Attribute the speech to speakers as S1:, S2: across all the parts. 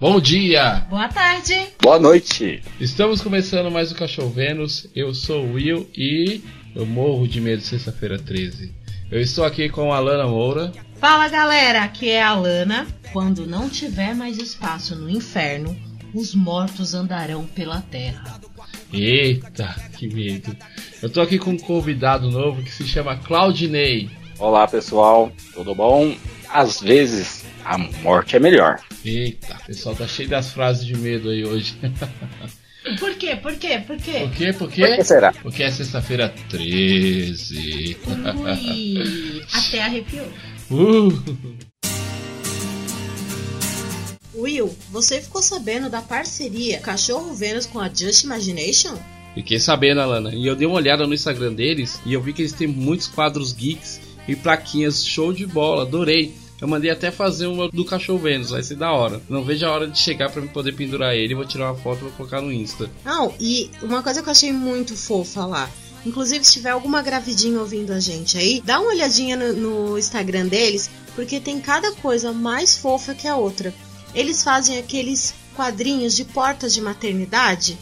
S1: Bom dia!
S2: Boa tarde!
S3: Boa noite!
S1: Estamos começando mais o Cachorro Vênus. Eu sou o Will e eu morro de medo sexta-feira 13. Eu estou aqui com a Lana Moura.
S2: Fala galera, aqui é a Lana. Quando não tiver mais espaço no inferno, os mortos andarão pela terra.
S1: Eita, que medo! Eu estou aqui com um convidado novo que se chama Claudinei.
S3: Olá pessoal, tudo bom? Às vezes a morte é melhor.
S1: Eita, pessoal tá cheio das frases de medo aí hoje.
S2: Por quê? Por quê? Por quê?
S1: Por quê? Por
S3: Por
S1: quê?
S3: que será?
S1: Porque é sexta-feira 13.
S2: Ui, até arrepiou.
S1: Uh,
S2: Will, você ficou sabendo da parceria Cachorro Vênus com a Just Imagination?
S1: fiquei sabendo, Alana. E eu dei uma olhada no Instagram deles e eu vi que eles têm muitos quadros geeks e plaquinhas show de bola. Adorei. Eu mandei até fazer uma do cachorro Vênus, vai ser da hora. Não vejo a hora de chegar pra eu poder pendurar ele. Vou tirar uma foto e vou colocar no Insta.
S2: Não, e uma coisa que eu achei muito fofa lá. Inclusive, se tiver alguma gravidinha ouvindo a gente aí, dá uma olhadinha no, no Instagram deles, porque tem cada coisa mais fofa que a outra. Eles fazem aqueles quadrinhos de portas de maternidade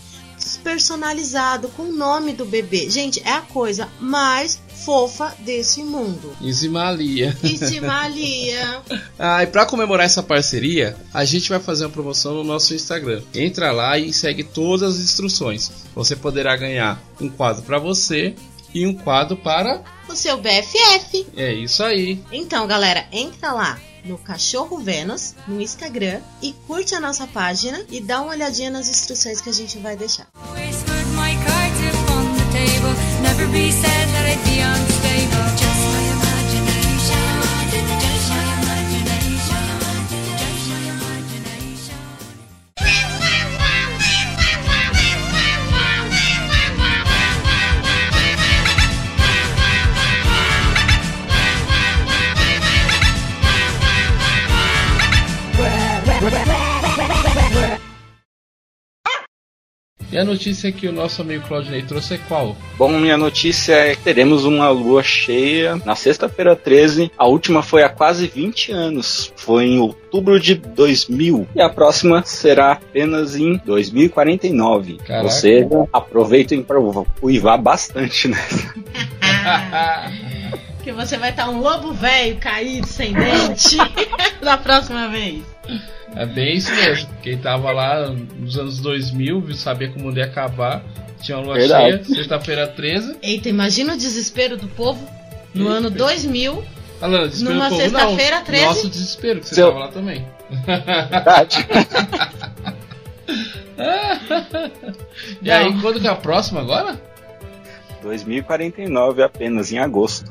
S2: personalizado com o nome do bebê. Gente, é a coisa mais fofa desse mundo.
S1: Izimalia.
S2: E se malia.
S1: Ah, e pra comemorar essa parceria, a gente vai fazer uma promoção no nosso Instagram. Entra lá e segue todas as instruções. Você poderá ganhar um quadro pra você e um quadro para.
S2: o seu BFF.
S1: É isso aí.
S2: Então, galera, entra lá no Cachorro Vênus, no Instagram, e curte a nossa página e dá uma olhadinha nas instruções que a gente vai deixar.
S4: Always put my cards upon the table. Never be said that I'd be unstable. Just my imagination. Just my imagination. Just my imagination.
S1: E a notícia que o nosso amigo Claudinei trouxe é qual?
S3: Bom, minha notícia é que teremos uma lua cheia na sexta-feira 13. A última foi há quase 20 anos. Foi em outubro de 2000. E a próxima será apenas em 2049.
S1: Caraca.
S3: Ou seja, aproveitem para uivar bastante, né?
S1: Ah.
S2: que você vai estar um lobo velho caído, sem dente, na próxima vez.
S1: É bem isso mesmo. Quem tava lá nos anos 2000, viu, sabia que o mundo ia acabar. Tinha uma lua
S3: Verdade.
S1: cheia, sexta-feira 13.
S2: Eita, imagina o desespero do povo no
S1: Eita.
S2: ano 2000.
S1: Alana, desespero
S2: Numa
S1: do povo,
S2: sexta-feira,
S1: não.
S2: 13?
S1: Nosso desespero, que você
S3: Seu-
S1: tava lá também.
S3: Verdade.
S1: E aí,
S2: Não.
S1: quando que é a próxima agora?
S3: 2049 apenas em agosto.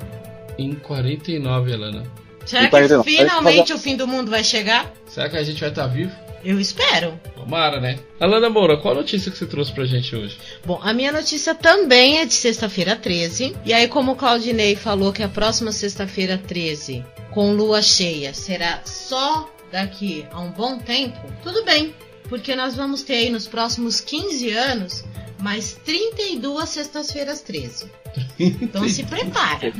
S1: Em 49, Alana.
S2: Será
S3: Em 49.
S2: que finalmente o fim do mundo vai chegar?
S1: Será que a gente vai estar vivo?
S2: Eu espero.
S1: Tomara, né? Alana Moura, qual a notícia que você trouxe pra gente hoje?
S2: Bom, a minha notícia também é de sexta-feira 13. E aí, como o Claudinei falou que a próxima sexta-feira 13, com lua cheia, será só daqui a um bom tempo, tudo bem, porque nós vamos ter aí nos próximos 15 anos mais 32 sextas-feiras 13. Então se prepara.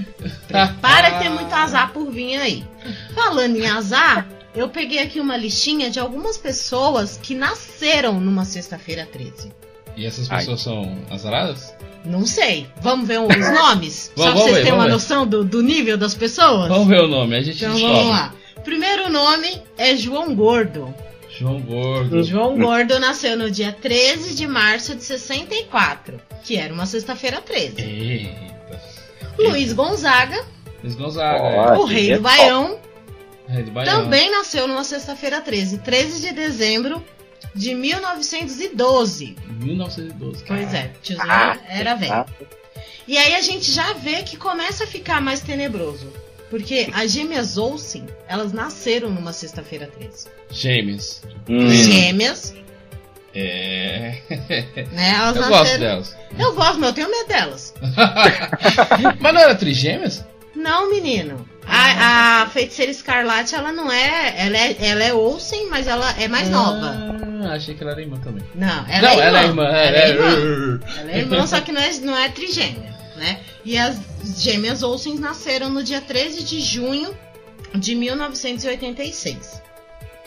S1: Ah,
S2: Para que tem muito azar por vir aí. Falando em azar, eu peguei aqui uma listinha de algumas pessoas que nasceram numa sexta-feira 13.
S1: E essas
S3: Ai.
S1: pessoas são azaradas?
S2: Não sei. Vamos ver os nomes?
S1: Vamos-
S2: Só pra
S1: vamos
S2: vocês
S1: ver,
S2: terem
S1: vamos
S2: uma
S1: ver.
S2: noção do, do nível das pessoas?
S1: Vamos ver o nome, a gente
S2: então
S1: descobre.
S2: vamos lá. Primeiro nome é João Gordo.
S1: João Gordo.
S2: João Gordo nasceu no dia 13 de março de 64, que era uma sexta-feira 13.
S1: Eita.
S2: Luiz Gonzaga,
S1: Luiz Gonzaga.
S3: Ó. Ah,
S2: o
S3: que
S2: rei do
S3: legal.
S2: Baião,
S1: é. Rei do Baiano.
S2: também nasceu numa sexta-feira 13, 13 de dezembro de 1912.
S1: 1912.
S2: Pois é,
S1: cara.
S2: tiozinho era velho.
S3: tá.
S2: E aí a gente já vê que começa a ficar mais tenebroso. Porque as gêmeas Olsen, elas nasceram numa sexta-feira 13.
S1: Gêmeos.
S3: Hum,
S2: Gêmeas,
S1: É.
S2: né? Elas
S1: Eu gosto
S2: nasceram.
S1: delas.
S2: eu gosto, mas eu tenho medo delas.
S1: Mas não era trigêmeas?
S2: Não, menino. A, a feiticeira escarlate, ela não é. Ela é, ela é Olsen, mas ela é mais nova.
S1: Ah, achei que ela era irmã também.
S2: Não, ela
S1: não,
S2: é irmã.
S1: ela é irmã.
S2: Ela é irmã. Ela é irmã,
S1: irmã.
S2: só que não é, não é trigêmea, né? E as gêmeas Olsen
S1: é.
S2: nasceram no dia 13 de junho de 1986.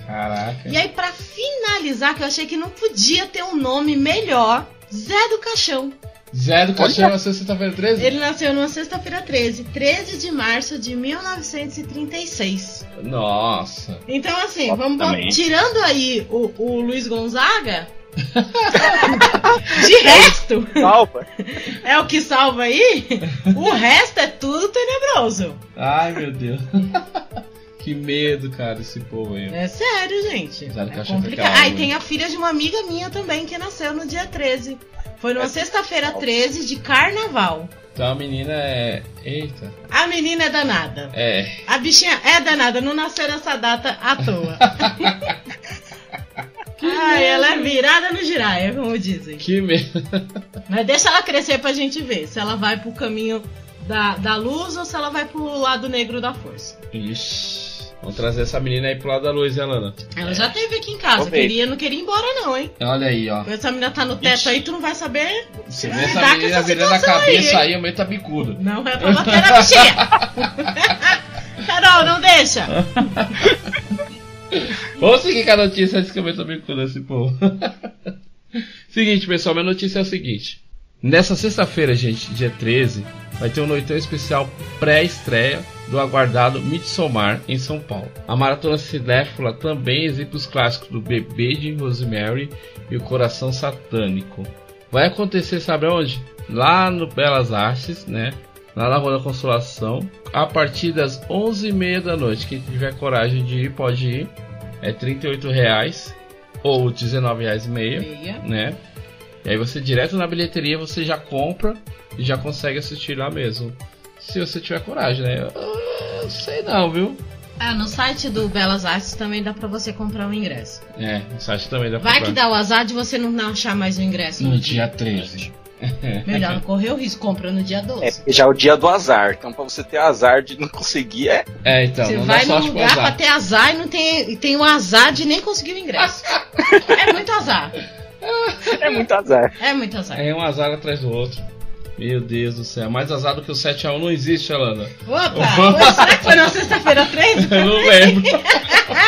S5: Caraca.
S2: E aí, pra finalizar, que eu achei que não podia ter um nome melhor, Zé do Caixão.
S5: Zé do Caixão nasceu
S1: tá
S5: sexta-feira 13?
S2: Ele nasceu numa sexta-feira 13, 13 de março de 1936.
S5: Nossa.
S2: Então, assim,
S3: Ó,
S2: vamos,
S3: também.
S2: vamos- tirando aí o, o Luiz Gonzaga. De resto,
S3: Calma.
S2: é o que salva aí. O resto é tudo tenebroso.
S5: Ai, meu Deus. que medo, cara, esse povo aí.
S2: É sério, gente.
S5: Zé do
S2: É
S5: Caixão
S2: complicado.
S5: Pecado,
S2: Ah, e
S5: hein?
S2: tem a filha de uma amiga minha também que nasceu no dia 13. Foi numa
S3: É.
S2: sexta-feira 13 de carnaval.
S5: Então a menina é. Eita.
S2: A menina é danada.
S5: É.
S2: A bichinha é danada. Não nasceu nessa data à toa. Ai, ela é virada no giraia, como dizem.
S5: Que medo.
S2: Mas deixa ela crescer pra gente ver se ela vai pro caminho da, da luz ou se ela vai pro lado negro da força.
S5: Ixi.
S1: Vamos trazer essa menina aí pro lado da luz, hein, Alana?
S2: Ela já teve aqui em casa.
S3: Aproveita.
S2: Queria, não queria ir embora, não, hein?
S5: Olha aí, ó.
S2: Essa menina tá no teto
S3: Ixi.
S2: aí, tu não vai saber.
S5: Você
S2: se
S5: vê essa
S2: lidar É, com
S5: menina
S2: essa
S5: virando a
S2: situação aí,
S5: cabeça
S2: hein?
S5: aí, eu meio tá bicudo.
S2: Não é pra bater na bichinha. Carol, não deixa.
S5: Vamos seguir com a notícia antes que eu meto bicudo esse povo.
S1: Seguinte, pessoal, minha notícia é o seguinte. Nessa sexta-feira, gente, dia 13, vai ter um noitão especial pré-estreia do aguardado Midsommar em São Paulo. A maratona cinéfila também exibe os clássicos do Bebê de Rosemary e o Coração Satânico. Vai acontecer, sabe onde? Lá no Belas Artes, né? Lá na Rua da Consolação, a partir das 11h30 da noite. Quem tiver coragem de ir, pode ir. É R$ 38 reais ou R$ 19,5
S2: Meia.
S1: né? E aí você direto na bilheteria você já compra e já consegue assistir lá mesmo. Se você tiver coragem, né? Eu, eu sei não, viu?
S2: Ah, no site do Belas Artes também dá pra você comprar um ingresso.
S1: É, o site também dá pra
S2: Vai que
S1: comprar.
S2: dá o azar de você não achar mais o ingresso.
S5: No dia 13.
S1: é
S2: Melhor não correr o risco, compra no dia
S3: É
S2: 12.
S3: porque já é o dia do azar. Então, pra você ter azar de não conseguir, é.
S1: É, então,
S2: Você
S1: não dá
S2: vai num
S1: sorte pro
S2: lugar pra
S1: azar.
S2: ter azar e não tem, e tem o azar de nem conseguir o ingresso. é muito azar.
S3: É muito azar.
S2: É muito azar.
S1: É um azar atrás do outro. Meu Deus do céu, mais azar do que o 7x1 não existe, Alana.
S2: Opa! Ué, será que foi na sexta-feira 3?
S1: Eu não lembro.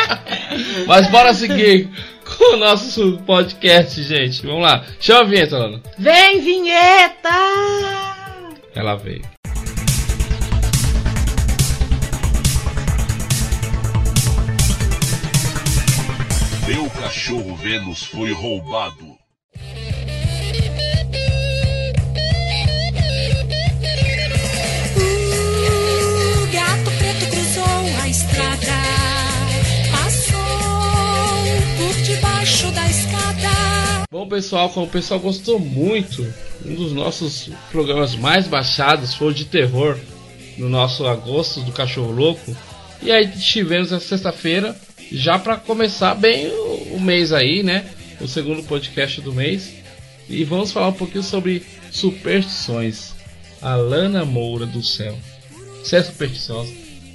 S1: Mas bora seguir com o nosso podcast, gente. Vamos lá. Chama a vinheta, Alana.
S2: Vem, vinheta!
S1: Ela veio.
S6: Meu cachorro Vênus foi roubado.
S4: O gato preto cruzou a estrada, passou por debaixo da escada.
S1: Bom, pessoal, como o pessoal gostou muito, um dos nossos programas mais baixados foi o de terror no nosso agosto do Cachorro Louco. E aí tivemos essa sexta-feira, já para começar bem o, o mês aí, né? O segundo podcast do mês. E vamos falar um pouquinho sobre superstições. Alana Moura do céu. Você é supersticiosa?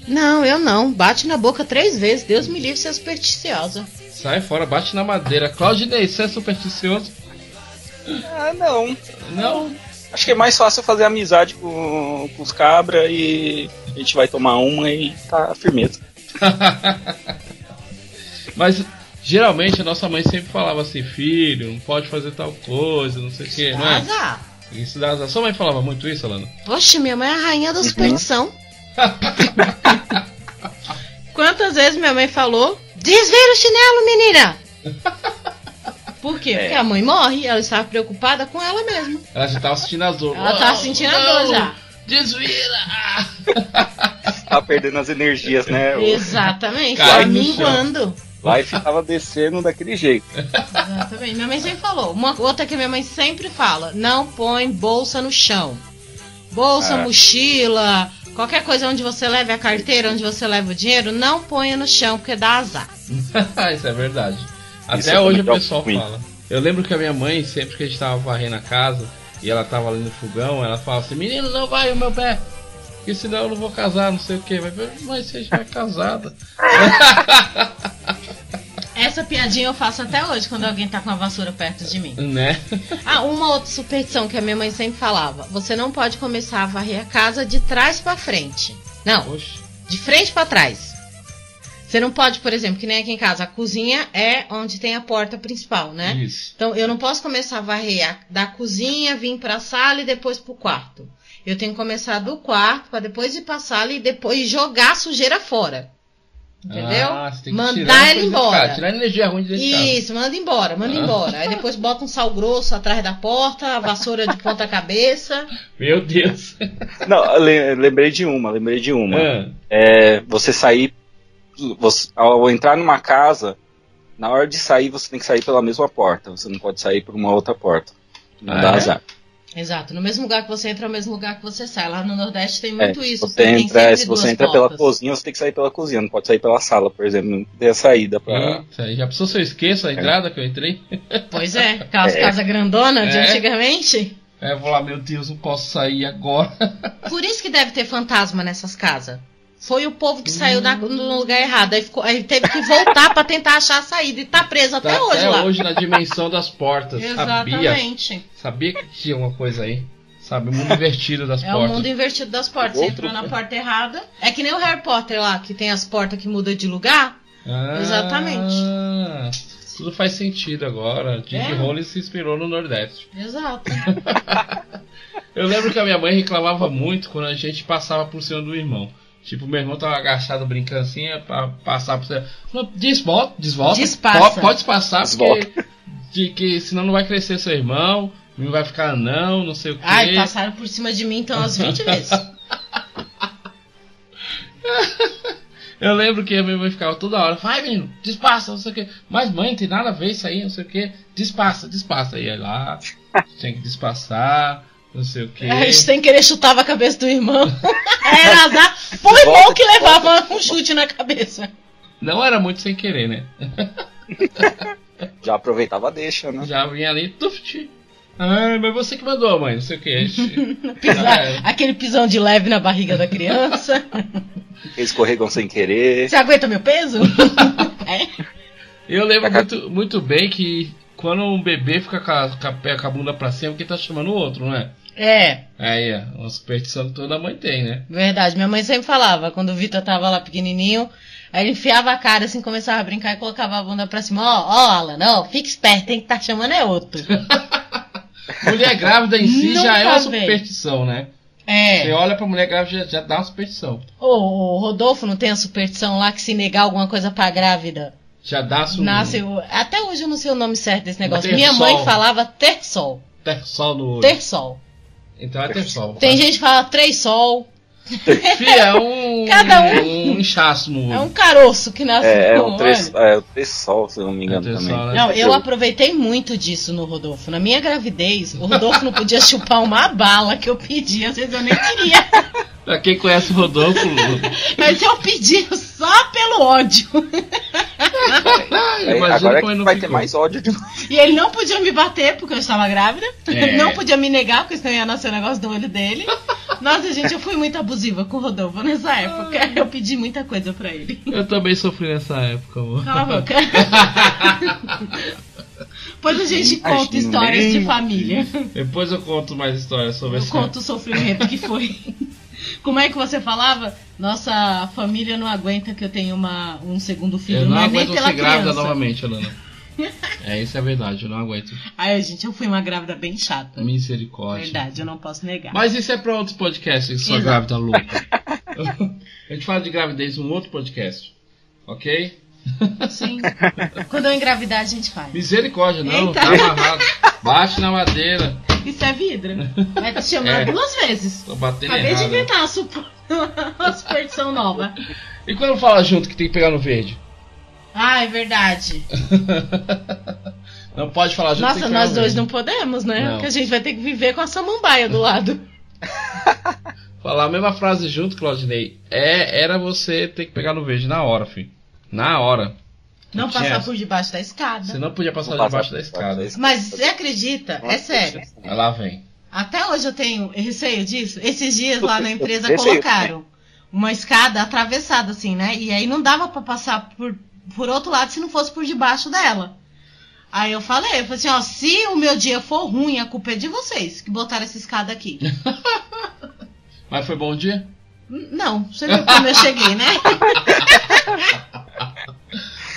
S2: Não, eu não. Bate na boca três vezes. Deus me livre ser supersticiosa.
S1: Sai fora, bate na madeira. Claudinei, você é supersticioso?
S3: Ah, não.
S1: Não.
S3: Acho que é mais fácil eu fazer amizade com, com os cabras e a gente vai tomar uma e tá firmeza.
S1: Mas geralmente a nossa mãe sempre falava assim, filho, não pode fazer tal coisa, não sei o que, não é?
S2: Azar.
S1: Isso dá azar. Sua mãe falava muito isso, Alana?
S2: Oxe, minha mãe é a rainha da superstição. Quantas vezes minha mãe falou: Desvira o chinelo, menina! Por quê?
S1: É.
S2: Porque a mãe morre, ela estava preocupada com ela mesma.
S1: Ela já tava sentindo as dor.
S2: Ela tava sentindo a dor
S1: Oh, não,
S2: já.
S1: Desvira!
S3: Tá perdendo as energias, né? O
S2: Exatamente,
S1: Cai
S2: tava
S1: no chão.
S2: minguando.
S3: life tava descendo daquele jeito.
S2: Exatamente. Ah, tá Minha mãe sempre falou. Uma outra que minha mãe sempre fala: não põe bolsa no chão. Bolsa,
S3: Ah.
S2: mochila, qualquer coisa onde você leve a carteira, onde você leva o dinheiro, não ponha no chão, porque dá azar.
S1: isso é verdade.
S3: Isso
S1: Até
S3: é
S1: hoje o
S3: legal
S1: pessoal
S3: ruim.
S1: fala. Eu lembro que a minha mãe, sempre que a gente tava varrendo a casa e ela tava ali no fogão, ela fala assim, menino, não vai o meu pé. Porque senão eu não vou casar, não sei o que. Mas, mas você já é casada.
S2: Essa piadinha eu faço até hoje quando alguém tá com a vassoura perto de mim.
S1: né?
S2: Ah, uma outra superstição que a minha mãe sempre falava: você não pode começar a varrer a casa de trás pra frente. Não,
S1: Poxa.
S2: de frente pra trás. Você não pode, por exemplo, que nem aqui em casa, a cozinha é onde tem a porta principal, né?
S1: Isso.
S2: Então eu não posso começar a varrer a- da cozinha, vir pra sala e depois pro quarto. Eu tenho que começar do quarto pra depois ir pra sala e depois jogar a sujeira fora. Entendeu?
S1: Ah, você tem que
S2: Mandar
S1: tirar
S2: ele
S1: coisa de
S2: embora.
S1: casa, Tirar energia ruim de dentro de casa.
S2: Isso, manda embora, manda
S1: Ah.
S2: embora. Aí depois bota um sal grosso atrás da porta, a vassoura de ponta cabeça.
S1: Meu Deus.
S3: Não, le- lembrei de uma, lembrei de uma.
S1: Ah,
S3: É, você sair. Você, ao entrar numa casa, na hora de sair, você tem que sair pela mesma porta. Você não pode sair por uma outra porta. Não
S1: Ah,
S3: dá
S1: é?
S3: azar.
S2: Exato, no mesmo lugar que você entra, é o mesmo lugar que você sai. Lá no Nordeste tem muito
S3: É,
S2: isso.
S3: se você
S2: tem
S3: entra,
S2: sempre
S3: se
S2: duas
S3: você entra pela
S2: portas.
S3: cozinha, você tem que sair pela cozinha. Não pode sair pela sala, por exemplo. Não tem a saída pra.
S1: Eita, já pensou se eu esqueço a entrada que eu entrei?
S2: Pois é, aquelas
S3: É.
S2: casas grandonas de
S1: É.
S2: antigamente.
S1: É, eu vou lá, meu Deus, eu posso sair agora.
S2: Por isso que deve ter fantasma nessas casas. Foi o povo que saiu na- no lugar errado. Aí, ficou- aí teve que voltar pra tentar achar a saída. E tá preso até
S1: Tá
S2: hoje
S1: até
S2: lá.
S1: hoje na dimensão das portas. Sabia?
S2: Exatamente.
S1: Sabia que tinha uma coisa aí. Sabe, o mundo invertido das
S2: É o
S1: portas.
S2: mundo invertido das portas. Você entrou na porta errada. É que nem o Harry Potter lá, que tem as portas que mudam de lugar.
S1: Ah,
S2: Exatamente.
S1: Tudo faz sentido agora. J.K.
S2: É.
S1: Rowling se inspirou no Nordeste.
S2: Exato.
S1: Eu lembro que a minha mãe reclamava muito quando a gente passava por cima do irmão. Tipo, meu irmão tava agachado brincando assim, pra passar por cima. Falou, Desvolta, desvolta.
S2: Despassa.
S1: Pode, pode passar, porque
S3: Desvolta.
S1: de que senão não vai crescer seu irmão, não vai ficar não, não sei o quê.
S2: Ai, passaram por cima de mim então umas 20 vezes.
S1: Eu lembro que a minha mãe ficava toda hora, vai menino, despassa, não sei o que. Mas mãe, tem nada a ver isso aí, não sei o que. Despassa, despassa. E aí lá, tinha que despassar, não sei o que.
S2: A gente sem querer chutava a cabeça do irmão. Era azar. Foi o irmão que levava um chute na cabeça.
S1: Não era muito sem querer, né?
S3: Já aproveitava a deixa, né?
S1: Já vinha ali, tuft. Ah, mas você que mandou, mãe, não sei o que. A gente- É.
S2: Pisar, aquele pisão de leve na barriga da criança.
S3: Escorregam sem querer.
S2: Você aguenta meu peso? É.
S1: Eu lembro
S3: Tá ca-
S1: muito, muito bem que quando um bebê fica com a, com a pe- com a bunda pra cima, é porque tá chamando o outro, não é?
S2: É,
S1: Aí, ó, uma superstição que toda mãe tem, né?
S2: verdade. Minha mãe sempre falava, quando o Vitor tava lá pequenininho, aí ele enfiava a cara assim, começava a brincar e colocava a bunda pra cima. Ó, ó, Alan, ó, fica esperto, tem que tá chamando é outro.
S1: Mulher grávida em si já é
S2: Nunca
S1: uma
S2: vi.
S1: superstição, né? Você
S2: tá É.
S1: olha pra mulher grávida já, já dá uma superstição.
S2: Ô, o Rodolfo não tem a superstição lá que se negar alguma coisa pra grávida?
S1: Já dá um
S2: Nasce o- Até hoje eu não sei o nome certo desse negócio.
S1: Ter
S2: Minha mãe
S1: sol.
S2: falava ter sol.
S1: ter sol no olho.
S2: Ter sol.
S1: Então é ter sol.
S2: Tem gente que fala três sol.
S1: Fia, é um,
S2: Cada um-
S1: inchaço no olho.
S2: É um caroço que nasce
S3: É, é
S2: no
S3: um
S2: olho.
S3: três, é, o três sol, se eu não me
S1: É
S3: engano
S1: ter
S3: também.
S1: sol, né?
S2: Não, eu aproveitei muito disso no Rodolfo. Na minha gravidez, o Rodolfo não podia chupar uma bala que eu pedi, às vezes eu nem queria.
S1: Pra quem conhece o Rodolfo,
S2: Mas eu pedi só pelo ódio.
S3: Aí,
S1: imagina
S3: agora é
S1: como é ele
S3: que
S1: não
S3: vai ter
S1: ficou.
S3: mais ódio de
S2: E ele não podia me bater porque eu estava grávida.
S1: É.
S2: Não podia me negar porque senão ia nascer o negócio do olho dele. Nossa, gente, eu fui muito abusiva com o Rodolfo nessa época. Eu pedi muita coisa pra ele.
S1: eu também sofri nessa época, amor.
S2: Cala a boca. Depois a gente conta
S3: Imaginei.
S2: histórias de família.
S1: Depois eu conto mais histórias sobre
S2: Eu
S1: esse
S2: conto o sofrimento que foi. Como é que você falava? Nossa família não aguenta que eu tenha uma, um segundo filho.
S1: Eu não
S2: é nem
S1: aguento
S2: pela
S1: você grávida
S2: criança.
S1: novamente, Alana. É, isso é verdade, eu não aguento.
S2: Ai, gente, eu fui uma grávida bem chata.
S1: Misericórdia.
S2: Verdade, eu não posso negar.
S1: Mas isso é pra outro podcast, sua
S2: Exato.
S1: grávida louca. a gente fala de gravidez num outro podcast. Ok?
S2: Sim. Quando eu engravidar, a gente faz.
S1: Misericórdia, não,
S2: Eita.
S1: tá amarrado. Bate na madeira.
S2: Isso é vidro. Vai te chamar
S1: É.
S2: duas vezes.
S1: Tô batendo
S2: Acabei de
S1: errado.
S2: inventar uma, supo... uma superstição nova.
S1: E quando fala junto que tem que pegar no verde?
S2: Ah, é verdade.
S1: Não pode falar junto tem
S2: Nossa,
S1: que pegar
S2: nós
S1: no
S2: dois
S1: verde.
S2: não podemos, né?
S1: Não.
S2: Porque a gente vai ter que viver com a samambaia do lado.
S1: Falar a mesma frase junto, Claudinei. É, era você ter que pegar no verde na hora, filho. Na hora.
S2: Não
S1: Tinha
S2: passar
S1: essa.
S2: por debaixo da escada.
S1: Você não podia passar
S3: Não
S1: debaixo
S3: passa-
S1: da escada. é
S2: Mas você acredita? É sério.
S1: Aí lá vem.
S2: Até hoje eu tenho receio disso. Esses dias lá na empresa
S3: Receio.
S2: colocaram uma escada atravessada, assim, né? E aí não dava pra passar por, por outro lado se não fosse por debaixo dela. Aí eu falei, eu falei assim, ó, se o meu dia for ruim, a culpa é de vocês que botaram essa escada aqui.
S1: Mas foi bom dia?
S2: Não, você viu como eu cheguei, né?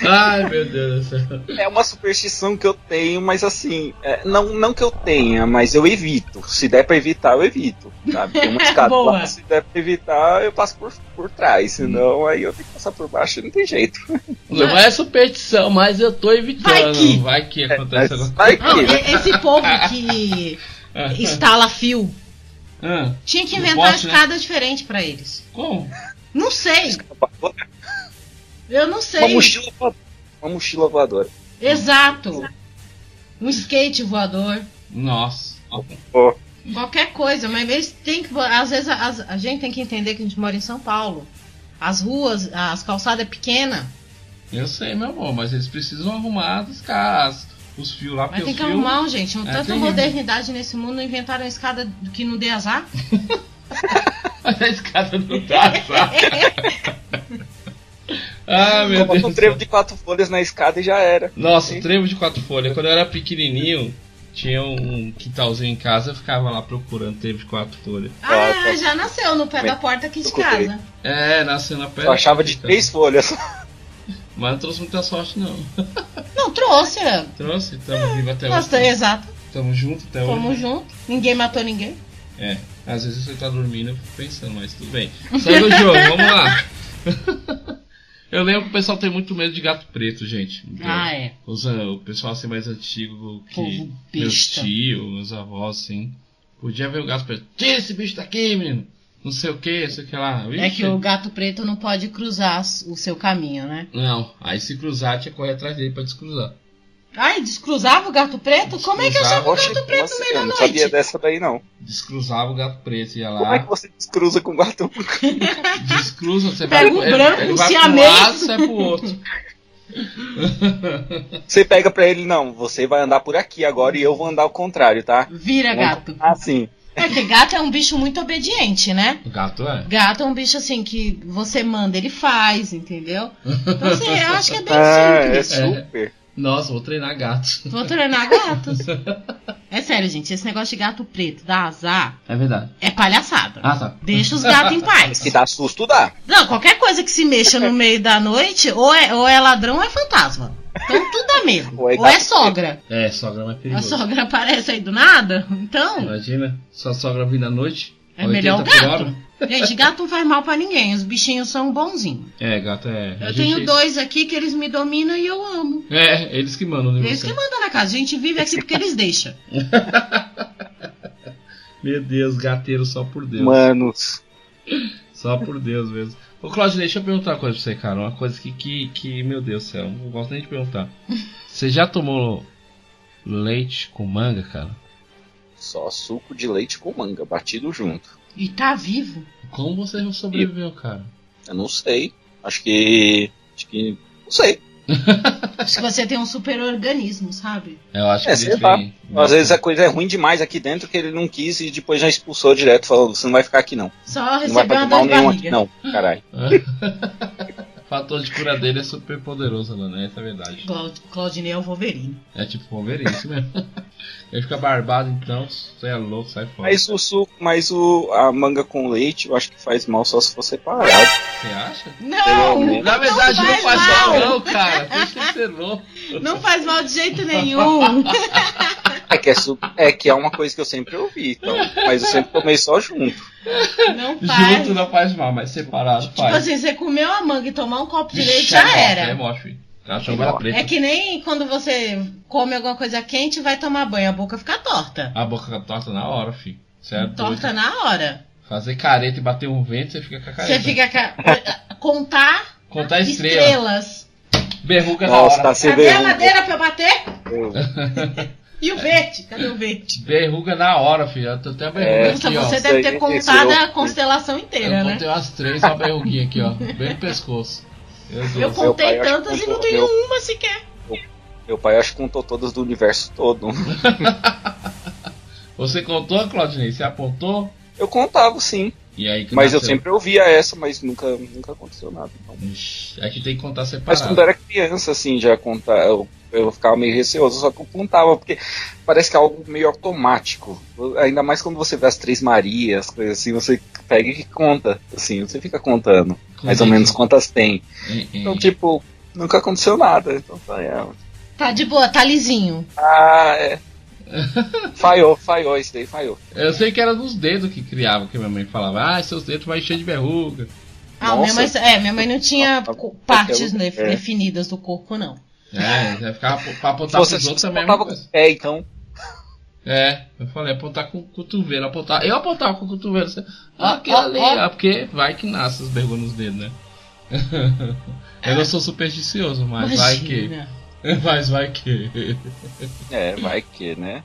S1: Ai, meu Deus do céu.
S3: É uma superstição que eu tenho, mas assim, é, não, não que eu tenha, mas eu evito. Se der pra evitar, eu evito. Sabe? Tem uma escada
S2: Boa.
S3: lá, se der pra evitar, eu passo por, por trás.
S1: Uhum.
S3: Senão aí eu tenho que passar por baixo não tem jeito.
S1: Não é superstição, mas eu tô evitando.
S2: Vai que-
S1: Vai que É,
S3: Mas
S1: acontece alguma
S3: vai
S2: Não,
S3: que, né?
S2: e- esse povo que instala fio
S1: Ah,
S2: tinha que
S1: Não
S2: inventar
S1: posso,
S2: uma
S1: né?
S2: escada diferente pra eles.
S1: como?
S2: Não sei, eu não sei.
S3: né? Uma mochila voadora. Uma mochila voadora.
S2: Exato. Um skate voador.
S1: Nossa.
S2: Qualquer coisa, mas eles têm que. Às vezes a, as- a gente tem que entender que a gente mora em São Paulo. As ruas, as calçadas é pequena,
S1: Eu sei, meu amor, mas eles precisam arrumar as casas, os fios lá,
S2: mas
S1: porque
S2: tem
S1: os
S2: que
S1: fios...
S2: arrumar, um, gente. Com
S1: É
S2: tanta
S1: terrível.
S2: modernidade nesse mundo, não inventaram uma escada que não dê azar.
S1: a escada não tá, dá,
S2: É,
S1: sabe? ah, meu Deus
S3: Coloca um
S1: do céu.
S3: trevo de quatro folhas na escada e já era.
S1: Nossa, trevo de quatro folhas. Quando eu era pequenininho, tinha um quintalzinho em casa, eu ficava lá procurando trevo de quatro folhas.
S2: Ah,
S3: tá.
S2: já nasceu no pé
S3: Bem,
S2: da porta aqui de
S3: escutei.
S2: casa.
S1: É, nasceu na pedra.
S3: Eu achava de três folhas.
S1: Mas não trouxe muita sorte, não.
S2: Não trouxe. é.
S1: Trouxe, tamo vivo até
S2: Nós,
S1: hoje.
S2: exato.
S1: Tamo junto até
S2: Fomos
S1: hoje.
S2: junto. Ninguém matou ninguém.
S1: É, às vezes você tá dormindo, eu fico pensando, mas tudo bem. Segue o jogo, vamos lá. Eu lembro que o pessoal tem muito medo de gato preto, gente.
S2: Ah, é.
S1: Os, ah, o pessoal assim mais antigo que
S2: Povo
S1: meus
S2: besta.
S1: tios, meus avós, assim. Podia ver o gato preto. Tira esse bicho daqui, menino! Não sei o que, não sei o que lá.
S2: É
S1: Vixe.
S2: que o gato preto não pode cruzar as- o seu caminho, né?
S1: Não, aí se cruzar, tinha que correr atrás dele pra descruzar.
S2: Ai, descruzava o gato preto? Como é que achava o
S3: Oxe,
S2: gato preto
S3: nossa,
S2: no
S3: eu
S2: meio
S3: não
S2: da
S3: sabia
S2: noite?
S3: dessa daí não.
S1: Descruzava o gato preto, ia
S3: Como é que
S1: lá.
S3: você descruza com o gato?
S1: Descruza, você
S2: é Pega
S1: vai
S2: um branco,
S1: ele
S2: um
S1: vai pro
S2: siamês.
S1: lado, sai pro outro.
S3: Você pega pra ele, não, você vai andar por aqui agora e eu vou andar ao contrário, tá?
S2: Vira
S3: Vamos
S2: gato.
S3: Ah, sim.
S2: É que gato é um bicho muito obediente, né?
S1: O gato é.
S2: Gato é um bicho assim que você manda, ele faz, entendeu? Então assim, eu acho que é bem
S3: Ah, é
S2: simples.
S3: super.
S1: Nossa, vou treinar gato.
S2: Vou treinar gatos. É sério, gente, esse negócio de gato preto dá azar
S1: É verdade.
S2: é palhaçada.
S1: Ah, tá.
S2: Deixa os gatos em paz.
S3: Se dá susto, dá.
S2: Não, qualquer coisa que se mexa no meio da noite, ou é, ou é ladrão ou é fantasma. Então tudo dá mesmo.
S3: Ou é
S2: Ou é
S3: gato.
S2: sogra.
S1: É, sogra é mais
S2: A
S1: perigoso.
S2: sogra aparece aí do nada, então
S1: Imagina, sua sogra vindo à noite.
S2: é
S1: 80
S2: melhor o
S1: por
S2: gato.
S1: hora.
S2: Gente, gato não faz mal pra ninguém, os bichinhos são bonzinhos.
S1: É, gato é. a
S2: Eu
S1: gente-
S2: tenho dois aqui que eles me dominam e eu amo.
S1: É, eles que mandam, né?
S2: Eles
S1: você?
S2: que mandam na casa. A gente vive aqui porque eles deixam.
S1: Meu Deus, gateiro só por Deus.
S3: Manos.
S1: Só por Deus mesmo. Ô, Claudio, deixa eu perguntar uma coisa pra você, cara. Uma coisa que, que, que meu Deus do céu, não gosto nem de perguntar. Você já tomou leite com manga, cara?
S3: Só suco de leite com manga, batido junto.
S2: E tá vivo.
S1: Como você não sobreviveu, cara?
S3: Eu não sei. Acho que. Acho que. Não sei.
S2: Acho que você tem um super organismo, sabe?
S1: Eu acho que
S3: É,
S1: eles
S3: sei lá.
S1: vêm-
S3: Às vezes a coisa é ruim demais aqui dentro que ele não quis e depois já expulsou direto, falando: você não vai ficar aqui não.
S2: Só
S3: Não vai
S2: recebeu uma
S3: fazer
S2: dor
S3: mal
S2: de
S3: nenhum
S2: barriga.
S3: aqui não. Caralho.
S1: O fator de cura dele é super poderoso, né? Essa é a verdade.
S2: Clau- Claudinei é o Wolverine.
S1: É tipo Wolverine, isso mesmo. Ele fica barbado, então, você é louco, sai fora.
S3: Mas o suco, mas o, a manga com leite, eu acho que faz mal só se for separado.
S1: Você acha?
S3: é
S2: Não!
S1: Na verdade, não
S2: faz
S1: faz mal,
S2: mal.
S1: não, cara. Deixa de ser louco.
S2: Não faz mal de jeito nenhum.
S3: É que é, su- é que é uma coisa que eu sempre ouvi, então. Mas eu sempre tomei só junto.
S2: Não faz.
S1: Junto não faz mal, mas separado
S2: Tipo
S1: faz.
S2: assim, você comeu a manga e tomar um copo de leite,
S1: Vixe, é
S2: já
S1: morte, É
S2: era.
S1: morte, filho. Cachorro era preta.
S2: É que nem quando você come alguma coisa quente e vai tomar banho, a boca fica torta.
S1: A boca fica torta na hora, filho. Você é
S2: Torta
S1: doido.
S2: na hora.
S1: Fazer careta e bater um vento, você fica com a careta.
S2: Você fica. ca- Contar
S1: Contar É estrela.
S2: estrelas.
S1: Berruga
S3: Nossa,
S1: na
S3: tá
S1: hora.
S3: sem
S2: Cadê a
S3: vergonha.
S2: madeira pra eu bater? E o verde? Cadê o
S3: tá-
S2: verde?
S1: Berruga na hora, filho. Eu tô até a berruga
S3: É,
S2: Nossa,
S1: aqui,
S2: você
S1: ó.
S2: deve
S3: Isso
S2: ter
S3: aí,
S2: contado
S3: isso eu-
S2: a constelação inteira,
S1: Eu
S2: né?
S1: contei umas três, uma berruguinha aqui, ó. Bem no pescoço. Meu Deus.
S2: Eu
S3: Meu pai,
S2: contei
S3: eu acho que
S2: tantas e não
S3: contou,
S2: tenho
S3: meu.
S2: uma sequer.
S3: Meu pai acho que contou todas do universo todo.
S1: Você contou, Claudinei? Você apontou?
S3: Eu contava, sim.
S1: E aí que
S3: Mas eu
S1: nasceu?
S3: sempre ouvia essa, mas nunca, nunca aconteceu nada. então.
S1: Ixi, É que tem que contar
S3: Mas
S1: separado.
S3: quando eu era criança, assim, já contar, eu, eu ficava meio receoso, só que eu contava, porque parece que é algo meio automático. Ainda mais quando você vê as Três Marias, coisas assim, você pega e conta, assim, você fica contando.
S1: Com
S3: Mais ou
S1: leite.
S3: menos quantas tem.
S1: Hein, hein.
S3: Então, tipo, Nunca aconteceu nada, então falhamos.
S2: Tá de boa, tá lisinho.
S3: Ah, é. falhou, falhou isso daí, falhou.
S1: Eu sei que era nos dedos que criava, que minha mãe falava, ah, seus dedos vai encher de verruga.
S2: Ah, minha
S3: Nossa.
S2: mãe, é, minha mãe não tinha
S3: Ah,
S2: co-
S3: ah,
S2: partes
S3: é.
S2: ne- definidas do corpo, não.
S1: É, já ficava ap- pra apontar
S3: Você
S1: pros outros
S3: só
S1: é a mesma
S3: botava com
S1: coisa.
S3: o pé, então.
S1: É, eu falei, apontar com o cotovelo, apontar. Eu apontava com o cotovelo. Você, ah, que
S2: Ó,
S1: ali,
S2: ó.
S1: ah, porque vai que nasce as verrugas nos dedos, né? eu não sou supersticioso, mas
S2: Imagina.
S1: vai que. Mas vai que.
S3: É, vai que, né?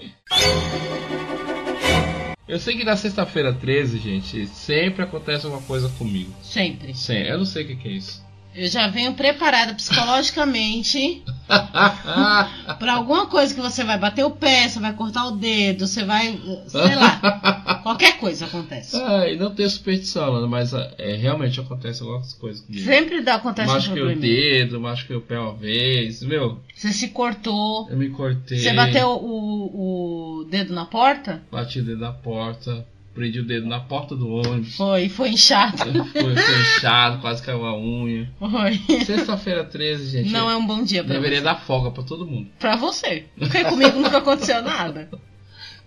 S1: Eu sei que na sexta-feira 13, gente, sempre acontece alguma coisa comigo.
S2: Sempre.
S1: Sim, eu não sei o que, que é isso.
S2: Eu já venho preparada psicologicamente pra alguma coisa que você vai bater o pé, você vai cortar o dedo, você vai. sei lá. Qualquer coisa acontece.
S1: Ai, Ah, não tenho superstição, mano, mas ah, é, realmente acontece algumas coisas comigo.
S2: Sempre dá acontece um
S1: Machuquei o
S2: problema.
S1: dedo, machuquei o pé uma vez, meu,
S2: Você se cortou.
S1: eu me cortei.
S2: Você bateu o, o dedo na porta?
S1: Bati o dedo na porta, prendi o dedo na porta do ônibus.
S2: Foi, foi inchado.
S1: Foi fechado, quase caiu a unha.
S2: Foi.
S1: Sexta-feira 13, gente.
S2: Não é um bom dia pra,
S1: Deveria dar folga pra todo mundo.
S2: pra você. Porque comigo nunca aconteceu nada.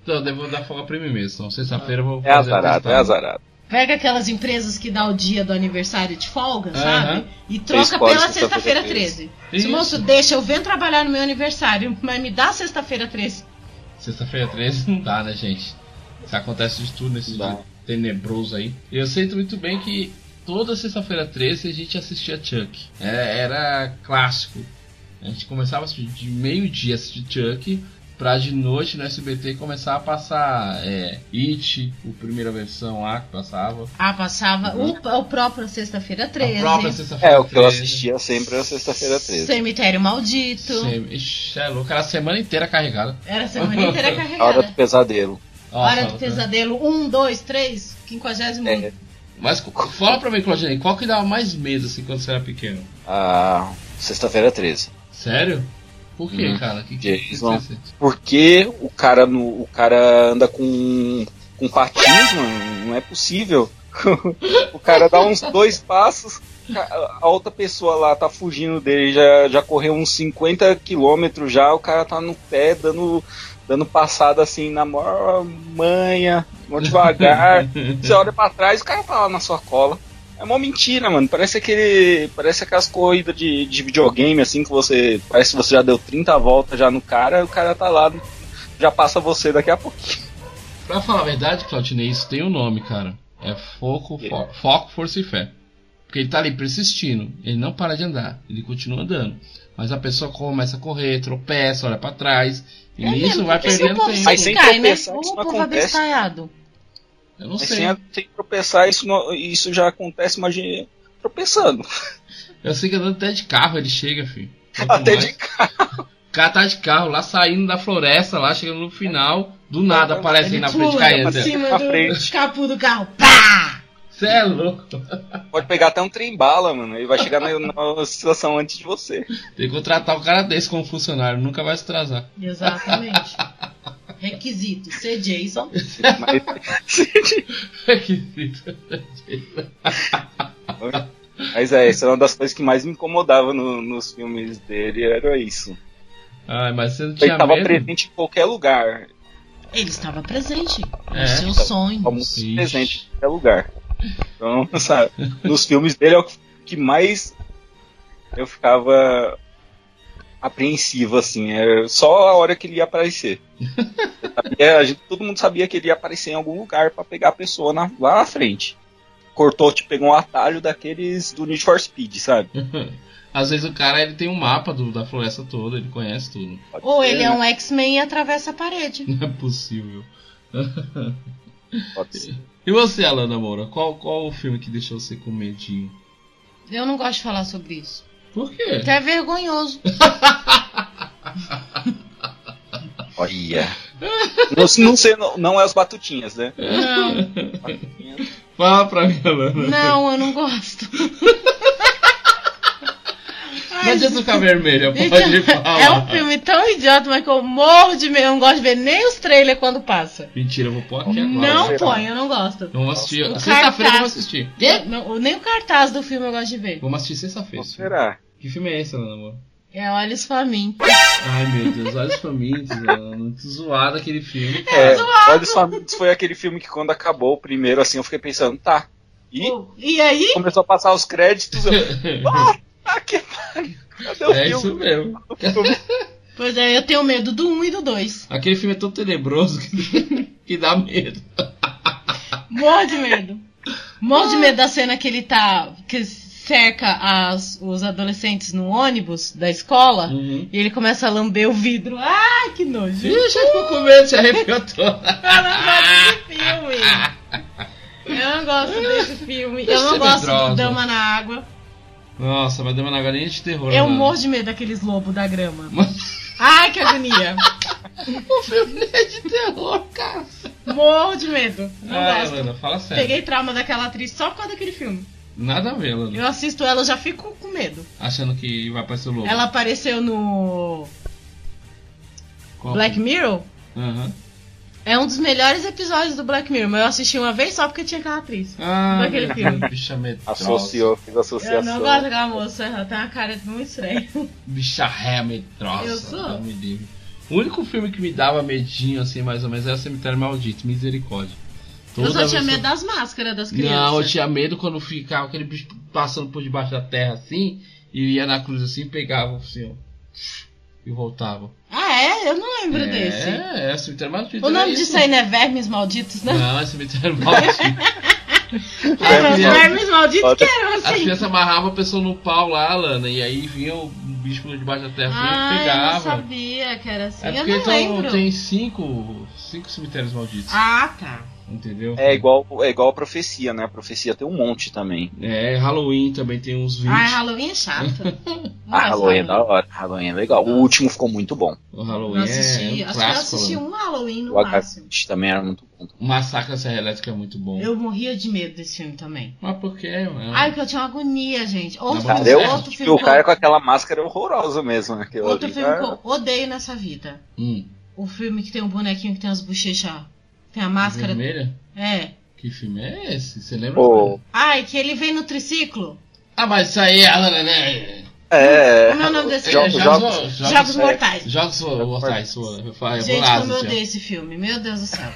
S1: Então, eu devo dar folga pra mim mesmo. Então, sexta-feira eu vou
S3: É
S1: fazer
S3: azarado,
S1: atestado.
S3: é azarado.
S2: Pega aquelas empresas que dá o dia do aniversário de folga, sabe? E troca
S3: Escolhe
S2: pela
S3: sexta-feira
S2: sexta-feira 13.
S1: Isso.
S2: Se moço, deixa, eu venho trabalhar no meu aniversário, mas me dá sexta-feira 13.
S1: Sexta-feira 13 não dá, né, gente? Isso acontece de tudo nesse
S3: Dá.
S1: dia tenebroso aí. E Eu sei muito bem que toda sexta-feira 13 a gente assistia Chuck. É, era clássico. A gente começava a assistir de meio-dia a assistir Chuck. Pra de noite no SBT começar a passar é, It, o primeira versão lá que passava.
S2: Ah, passava o, o próprio sexta-feira
S1: Uhum. A própria
S2: 13.
S1: sexta-feira
S3: É, o que eu
S1: 13.
S3: assistia sempre era sexta-feira 13.
S2: Cemitério Maldito.
S1: Sem- Ixi, é louco, era a semana inteira carregada.
S2: Era a semana inteira
S3: A hora do
S2: carregada.
S3: pesadelo.
S1: Nossa, né?
S2: Hora do pesadelo, um, dois, três, quinquagésimo.
S3: É.
S1: Mas co- fala pra mim, Claudinei, qual que dava mais medo assim quando você era pequeno?
S3: Ah, sexta-feira 13.
S1: Sério? Por que,
S3: Uhum.
S1: cara? Que, que, que
S3: Jason.
S1: você-
S3: Porque o cara no, o cara anda com com patins, mano, não é possível. o cara dá uns dois passos, ca- a outra pessoa lá tá fugindo dele, já, já correu uns 50 quilômetros já, o cara tá no pé dando dando passada assim na maior manha, mó devagar. Você olha pra trás, o cara tá lá na sua cola. É uma mentira, mano. Parece aquele. Parece aquelas corridas de, de videogame, assim, que você. Parece que você já deu 30 voltas já no cara, o cara tá lá, já passa você daqui a pouco.
S1: Pra falar a verdade, Claudinei, isso tem um nome, cara. É foco, foco, foco, força e fé. Porque ele tá ali persistindo, ele não para de andar, ele continua andando. Mas a pessoa começa a correr, tropeça, olha pra trás, e
S2: É
S1: nisso
S2: mesmo,
S1: vai
S2: porque se
S1: perdendo
S2: o povo
S1: tempo.
S3: Mas sem
S2: cai, né?
S3: tropeçar, isso
S2: O
S3: não
S2: povo
S3: acontece.
S2: abestalhado.
S1: Eu não
S3: Mas
S1: sei.
S3: sem, a- sem tropeçar, isso, não- isso já acontece, imagina. Tropeçando.
S1: Eu sei que andando até de carro ele chega, filho. Quanto
S3: Até
S1: mais.
S3: de carro.
S1: O cara tá de carro lá saindo da floresta, lá chegando no final, do nada aparece aí na frente
S2: em
S1: caindo.
S2: cima
S3: Na
S2: do
S3: frente.
S2: capô do carro. Pá!
S1: Você é louco.
S3: Pode pegar até um trem bala, mano. Ele vai chegar na, na situação antes de você.
S1: Tem que contratar um cara desse como funcionário, nunca vai se atrasar.
S2: Exatamente. Requisito, ser Jason.
S3: Mas-
S1: É Requisito.
S3: Mas é, isso é uma das coisas que mais me incomodava no- nos filmes dele, era isso.
S1: Ai, mas você não
S3: Ele
S1: tinha
S3: tava
S1: medo?
S3: presente em qualquer lugar.
S2: Ele estava presente. No
S1: É.
S2: seu sonho.
S3: Tava
S1: Ixi.
S3: muito presente em qualquer lugar. Então, sabe, nos filmes dele é o que mais eu ficava apreensivo, assim. Era só a hora que ele ia aparecer. Eu sabia- a gente- todo mundo sabia que ele ia aparecer em algum lugar pra pegar a pessoa na- lá na frente. Cortou, te pegou um atalho daqueles do Need for Speed, sabe?
S1: Às vezes o cara ele tem um mapa do- da floresta toda, ele conhece tudo.
S3: Pode
S2: Ou
S3: ser,
S2: ele é
S3: né?
S2: um X-Men e atravessa a parede.
S1: Não é possível.
S3: Pode ser.
S1: E você, Alana Moura, qual, qual o filme que deixou você com medinho?
S2: Eu não gosto de falar sobre isso.
S1: Por quê?
S2: Até é vergonhoso.
S3: Olha. não, não sei, não, não é os batutinhas, né?
S2: Não,
S1: Fala pra mim,
S2: É.
S1: Alana.
S2: não, eu não gosto.
S1: Não
S2: Ai,
S1: adianta ficar vermelha,
S2: gente,
S1: pode falar.
S2: é um filme tão idiota, mas que eu morro de medo. Eu não gosto de ver nem os trailers quando passa.
S1: Mentira, eu vou pôr aqui agora.
S2: Não põe, eu não gosto.
S1: Não vou assistir.
S2: O
S1: Sexta-feira eu
S2: cartaz.
S1: vou assistir.
S2: Não, nem o cartaz do filme eu gosto de ver.
S1: Vamos assistir sexta-feira.
S3: Será?
S1: Que filme é esse, Alana, amor?
S2: É Olhos pra mim.
S1: Ai, meu Deus, olhos famintos, Alana. Muito zoado aquele filme.
S3: É, olha só, foi aquele filme que quando acabou o primeiro, assim, eu fiquei pensando, tá. E
S2: E aí?
S3: começou a passar os créditos, eu.
S1: É
S3: Ah, tá que pariu. Cadê o
S7: É isso
S3: filme?
S7: mesmo.
S2: Pois é, eu tenho medo do 1 um e do 2.
S1: Aquele filme é tão tenebroso que, que dá medo.
S2: Morro de medo. Morro de medo da cena que ele tá. que cerca as, os adolescentes no ônibus da escola
S1: Uhum.
S2: e ele começa a lamber o vidro. Ai, que nojo!
S1: Ih, já ficou com medo, se arrepiou toda.
S2: Eu não gosto desse filme. Eu não gosto desse filme. Eu
S1: Você é
S2: não gosto
S1: medrosa.
S2: do Dama na Água.
S1: Nossa, vai dar uma galinha de terror.
S2: Eu
S1: Alana.
S2: morro de medo daqueles lobos da grama.
S1: Mas
S2: Ai, que agonia.
S1: o filme é de terror, cara.
S2: Morro de medo. Não
S1: Ai, é.
S2: gosto.
S1: Alana, fala sério.
S2: Peguei trauma daquela atriz só por causa daquele filme.
S1: Nada a ver, Alana.
S2: Eu assisto ela, eu já fico com medo.
S1: Achando que vai aparecer o lobo.
S2: Ela apareceu no
S1: Qual
S2: Black
S1: filme?
S2: Mirror.
S1: Aham.
S2: É um dos melhores episódios do Black Mirror, mas eu assisti uma vez só porque tinha aquela atriz.
S1: Ah,
S2: Daquele
S1: meu
S2: filme.
S1: Deus, bicha medrosa.
S3: Associou, fez associação.
S2: Eu não gosto daquela moça, ela tem uma cara muito estranha.
S1: Bicha ré medrosa.
S2: Eu sou.
S1: Deus me livre. O único filme que me dava medinho, assim, mais ou menos, era Cemitério Maldito, Misericórdia.
S2: Eu
S1: Toda
S2: só tinha
S1: vez que
S2: medo das máscaras das crianças.
S1: Não, eu tinha medo quando ficava aquele bicho passando por debaixo da terra assim, e ia na cruz assim, pegava assim, ó, e voltava.
S2: Ah, é? Eu não lembro
S1: é,
S2: desse.
S1: É, cemitério maldito.
S2: O
S1: era
S2: nome
S1: isso.
S2: disso aí né? não é Vermes Malditos, não?
S1: Não, é cemitério maldito.
S3: É,
S2: Eram os
S1: Vermes-
S2: Vermes Malditos que eram
S1: é. As
S2: assim.
S1: crianças amarravam a pessoa no pau lá, Lana, e aí vinha o bicho por debaixo da terra assim, e
S2: Ah, eu não
S1: pegava.
S2: sabia que era assim.
S1: é
S2: eu
S1: porque
S2: não
S1: então
S2: lembro.
S1: tem cinco, cinco cemitérios malditos,
S2: Ah, tá.
S1: entendeu?
S3: É igual, é igual a profecia, né? A profecia tem um monte também.
S1: É, Halloween também tem uns 20.
S2: Ah, Halloween é chato. Não
S3: Ah,
S2: gosto
S3: Halloween é da hora. Halloween é legal. O último ficou muito bom.
S1: o Halloween
S2: Eu
S1: é,
S2: assisti,
S1: um
S2: acho que eu
S1: clássico.
S2: assisti
S3: né?
S1: Lana.
S2: um Halloween no
S3: O
S2: máximo.
S3: Agavite também era muito bom.
S1: O Massacre da Serra Elétrica é muito
S3: Hum.
S1: bom.
S2: Eu morria de medo desse filme também.
S1: Mas por quê? mano?
S2: Ai, porque eu tinha uma agonia, gente. Outro,
S1: Tá,
S3: Cara,
S1: deu?
S3: Hum. eu
S2: outro
S3: acho que
S2: filme,
S3: o
S2: que
S3: cara
S2: eu,
S3: com aquela máscara horrorosa mesmo. Aquilo
S2: outro
S3: ali.
S2: filme que
S3: Ah,
S2: eu odeio nessa vida.
S1: Hum,
S2: O filme que tem um bonequinho que tem as bochechas. Tem a máscara.
S1: Vermelha?
S2: É.
S1: Que filme é esse? Você lembra?
S3: Pô,
S2: Ai, que ele vem no triciclo.
S1: Ah, mas isso aí é. é-
S3: é.
S2: Como é o nome desse
S1: é-
S2: filme?
S3: Jogos-
S1: Jogos
S3: jogos-
S2: Jogos
S1: Jogos-
S2: Mortais.
S1: Jogos Mortais. sua- eu falo, é
S2: Gente,
S1: bolado,
S2: como eu
S1: assim, ó.
S2: odeio esse filme. Meu Deus do céu.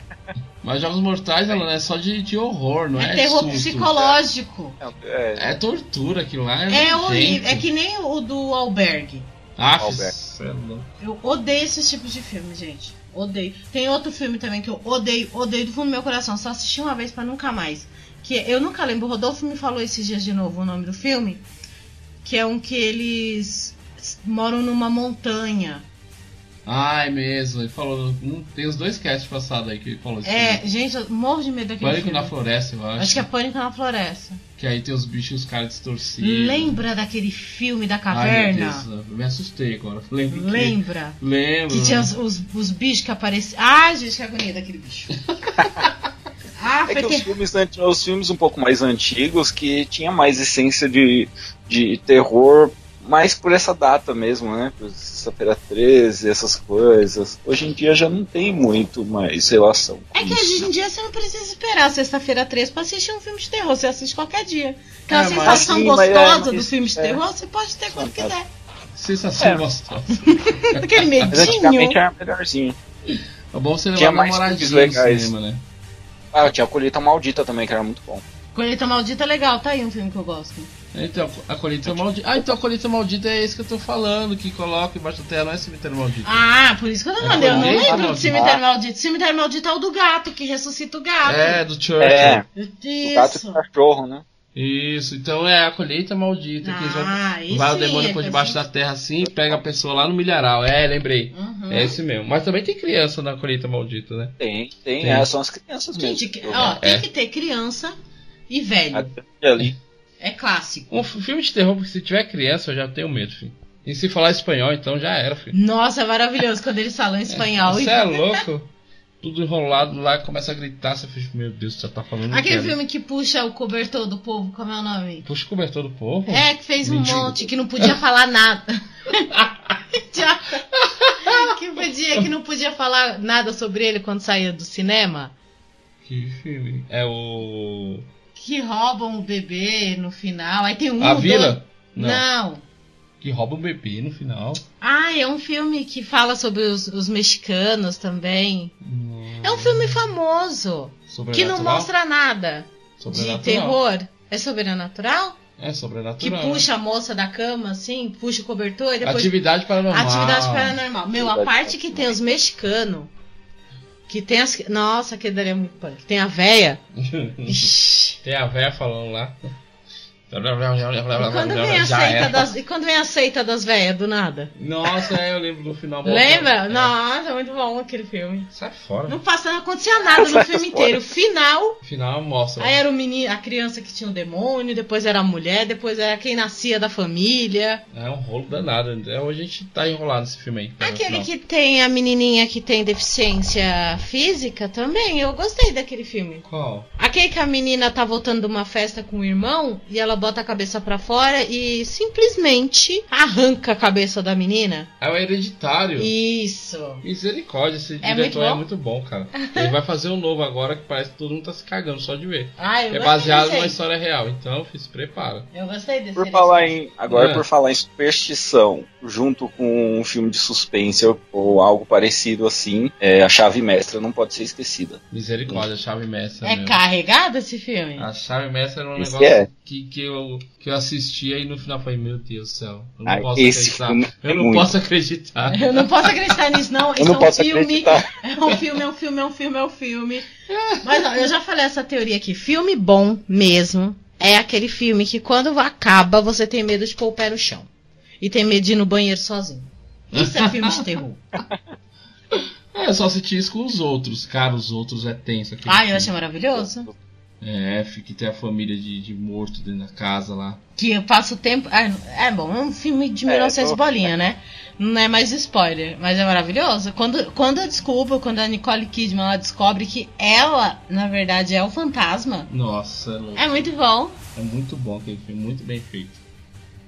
S1: Mas Jogos Mortais, ela é só de, de horror, não é?
S2: É terror
S1: susto.
S2: psicológico.
S3: é.
S1: É tortura aquilo lá.
S2: É
S1: nojento.
S2: horrível. É que nem o do Albergue.
S1: Ah,
S3: Albert.
S1: cê é louco.
S2: Eu odeio esses tipos de filme, gente. Odeio. Tem outro filme também que eu odeio, odeio do fundo do meu coração. Só assisti uma vez pra nunca mais. Que é- eu nunca lembro. O Rodolfo me falou esses dias de novo o nome do filme. Que é um que eles s- moram numa montanha.
S1: Ah, é mesmo. Ele falou. hum, tem os dois casts passados aí que ele falou isso.
S2: É, gente, eu morro de medo daquele
S1: Pânico
S2: filme.
S1: na Floresta, eu acho.
S2: Acho que é Pânico na Floresta.
S1: Que aí tem os bichos e os caras distorcidos.
S2: Lembra daquele filme da
S1: Ai, meu
S2: caverna?
S1: Deus, eu me assustei agora. Lembro. que-
S2: Lembra?
S1: Lembro.
S2: Que tinha os, os, os bichos que apareciam. Ah, gente, que agonia daquele bicho. ah,
S3: É
S2: foi
S3: que os
S2: ter...
S3: filmes, anti- os filmes um pouco mais antigos que tinha mais essência de, de terror, mais por essa data mesmo, né? Por Sexta-feira 13, essas coisas. Hoje em dia já não tem muito mais relação. com
S2: É que
S3: isso.
S2: hoje em dia você não precisa esperar sexta-feira 3 pra assistir um filme de terror. Você assiste qualquer dia. Aquela
S1: É, mas-
S2: sensação
S3: Assim, mas é,
S2: gostosa do
S3: mas-
S2: filme de
S3: é.
S2: terror, você pode ter quando quiser.
S1: Sensação
S3: É.
S1: gostosa.
S2: Aquele
S3: Mas antigamente
S2: medinho.
S3: era melhorzinho.
S1: É bom você levar
S3: Tinha
S1: uma
S3: mais
S1: namoradinha
S3: filmes
S1: no
S3: legais.
S1: cinema, né?
S3: Ah, tinha a Colheita Maldita também, que era muito bom.
S2: Colheita Maldita é legal, tá aí um filme que eu gosto.
S1: Então, a colheita maldita. Ah, então a colheita maldita é esse que eu tô falando, que coloca embaixo da terra, não é cemitério maldito.
S2: Ah, por isso que eu não
S1: É
S2: mandei. Eu não
S1: Colheita
S2: lembro do
S1: Maldita.
S2: Cemitério Maldito. Cemitério Maldito é o do gato que ressuscita o gato.
S1: é, do Churchill.
S3: É, o gato e
S2: Isso.
S3: o cachorro, né?
S1: Isso, então é a colheita maldita. que joga-
S2: Ah, isso.
S1: vai o demônio por debaixo da terra assim, pega a pessoa lá no milharal. É, lembrei.
S2: Uhum.
S1: É esse mesmo. Mas também tem criança na colheita maldita, né?
S3: Tem, tem,
S1: Tem.
S3: é, são as crianças mesmo.
S2: Gente, que- ó,
S1: É.
S2: tem que ter criança e velho.
S3: E ali.
S2: É clássico.
S1: Um f- filme de terror, porque se tiver criança, eu já tenho medo, filho. E se falar espanhol, então já era, filho.
S2: Nossa, é maravilhoso quando eles falam espanhol.
S1: Você é louco? Tudo enrolado lá, começa a gritar, você fica, meu Deus, você tá falando
S2: Aquele
S1: merda."
S2: filme que puxa o cobertor do povo, como é o nome?
S1: Puxa o cobertor do povo?
S2: É, que fez um
S1: Mentira.
S2: monte, que não podia falar nada. Já- que, podia, que não podia falar nada sobre ele quando saía do cinema.
S1: Que filme? É o.
S2: Que roubam o bebê no final. Aí tem um.
S1: a
S2: dois-
S1: Vila?
S2: Não.
S1: que rouba o bebê no final.
S2: Ah, é um filme que fala sobre os, os mexicanos também. É um filme famoso, que não mostra nada de
S1: Sobrenatural.
S2: terror. É sobrenatural?
S1: É
S2: Que
S1: sobrenatural.
S2: puxa a moça da cama, assim, puxa o cobertor e depois
S1: Atividade paranormal.
S2: Atividade paranormal. Meu, a
S3: Atividade
S2: parte que tem os mexicanos, que tem as. Nossa, que daria muito punk. Tem a véia. Ixi.
S1: Tem a véia falando lá.
S2: E quando vem a
S1: Já é.
S2: seita
S1: era.
S2: das. E quando vem a seita das véias, do nada?
S1: Nossa, é, eu lembro do final.
S2: Lembra?
S1: É.
S2: Nossa, muito bom aquele filme.
S1: Sai fora.
S2: Não passa, não acontecia nada no filme inteiro. Final,
S1: No final mostra.
S2: aí era o menino, a criança que tinha um demônio, depois era a mulher, depois era quem nascia da família.
S1: É um rolo danado. Até hoje a gente tá enrolado nesse filme aí. Tá no final.
S2: Aquele que tem a menininha que tem deficiência física também, eu gostei daquele filme.
S1: Qual?
S2: Aquele que a menina tá voltando de uma festa com o irmão e ela bota a cabeça pra fora e simplesmente arranca a cabeça da menina.
S1: É o Hereditário.
S2: Isso.
S1: Misericórdia, esse
S2: É
S1: diretor é muito
S2: muito
S1: bom, cara. Ele vai fazer um novo agora que parece que todo mundo tá se cagando só de ver.
S2: Ai, eu
S1: É
S2: gostei
S1: baseado
S2: desse
S1: numa
S2: aí.
S1: história real, então, filho, se prepara.
S2: Eu gostei desse.
S3: Por
S2: desse.
S3: falar em, agora
S1: É.
S3: por falar em superstição, junto com um filme de suspense ou- ou algo parecido assim, é, a chave mestra não pode ser esquecida.
S1: Misericórdia, a chave mestra.
S2: É
S1: meu.
S2: carregado esse filme?
S1: A chave mestra era um
S3: Esse
S1: negócio
S3: é.
S1: que, que, eu, que eu assistia e no final falei, meu Deus do céu, eu não
S3: Ah,
S1: posso
S3: esse filme
S1: acreditar.
S3: é
S1: Eu não
S3: muito.
S1: posso acreditar.
S2: Eu não posso acreditar nisso, não.
S1: assim.
S2: Isso
S3: Eu não
S2: é um
S3: posso
S2: filme.
S3: acreditar.
S2: É um filme, é um filme, é um filme, é um filme. Mas ó, eu já falei essa teoria aqui. Filme bom mesmo é aquele filme que quando acaba você tem medo de pôr o pé no chão. E tem medo de ir no banheiro sozinho. Isso é filme de terror.
S1: É, eu só assisti isso com os outros. Cara, os outros é tenso. aquele
S2: Ah, eu
S1: filme.
S2: achei maravilhoso.
S1: É, que tem a família de, de morto dentro da casa lá.
S2: Que eu passo o tempo. ah, É bom, é um filme de
S3: É,
S2: 1900
S3: tô-
S2: bolinha, né? Não é mais spoiler, mas é maravilhoso. Quando, quando eu descubro, quando a Nicole Kidman ela descobre que ela, na verdade, é o fantasma,
S1: Nossa, é louco.
S2: é muito bom.
S1: É muito bom aquele filme, muito bem feito.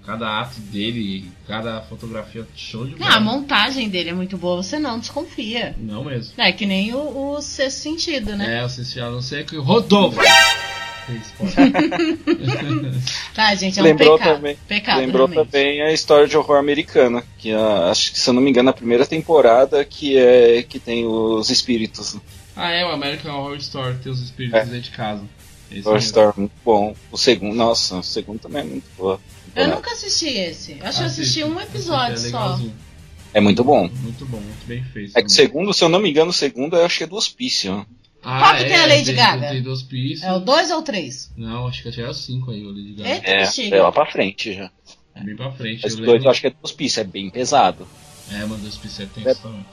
S1: Cada ato dele, cada fotografia, show de
S2: Não, Ah, a
S1: bola.
S2: montagem dele é muito boa, você não desconfia.
S1: Não mesmo.
S2: É que nem o, o sexto sentido, né?
S1: É, eu assisti a não ser que Rodolfo. Fez, pô.
S2: Tá, gente, é um
S3: Lembrou
S2: pecado.
S3: também-
S2: pecado
S3: Lembrou
S2: realmente.
S3: também a história de horror americana, que a- acho que se eu não me engano a primeira temporada que é que tem os espíritos. né?
S1: ah, é, o American Horror Story, tem os espíritos
S3: É.
S1: dentro de casa. Esse
S3: Horror
S1: mesmo.
S3: Story muito bom. O segundo, nossa, o segundo também é muito boa.
S2: Eu nunca assisti esse. Eu acho que eu assisti
S1: Assiste,
S2: um
S1: assiste,
S2: episódio
S1: é
S2: só.
S1: legalzinho.
S3: É muito bom.
S1: Muito bom, muito bem feito.
S3: É que o segundo, se eu não me engano, o segundo eu acho que é do hospício. né?
S1: Ah,
S2: Qual que tem a Lady
S1: tem-
S2: Gaga?
S1: Tem dois pisos.
S2: É o dois ou o três?
S1: Não, acho que até é o 5 aí, o Lady Gaga.
S2: Eita,
S3: É,
S2: bexiga.
S3: é lá pra frente já.
S2: É?
S1: Bem pra frente.
S3: Esse
S1: eu
S3: dois
S1: lembro-
S3: eu acho que é do hospício, é bem pesado.
S1: É, mano, dois pisos é tenso também.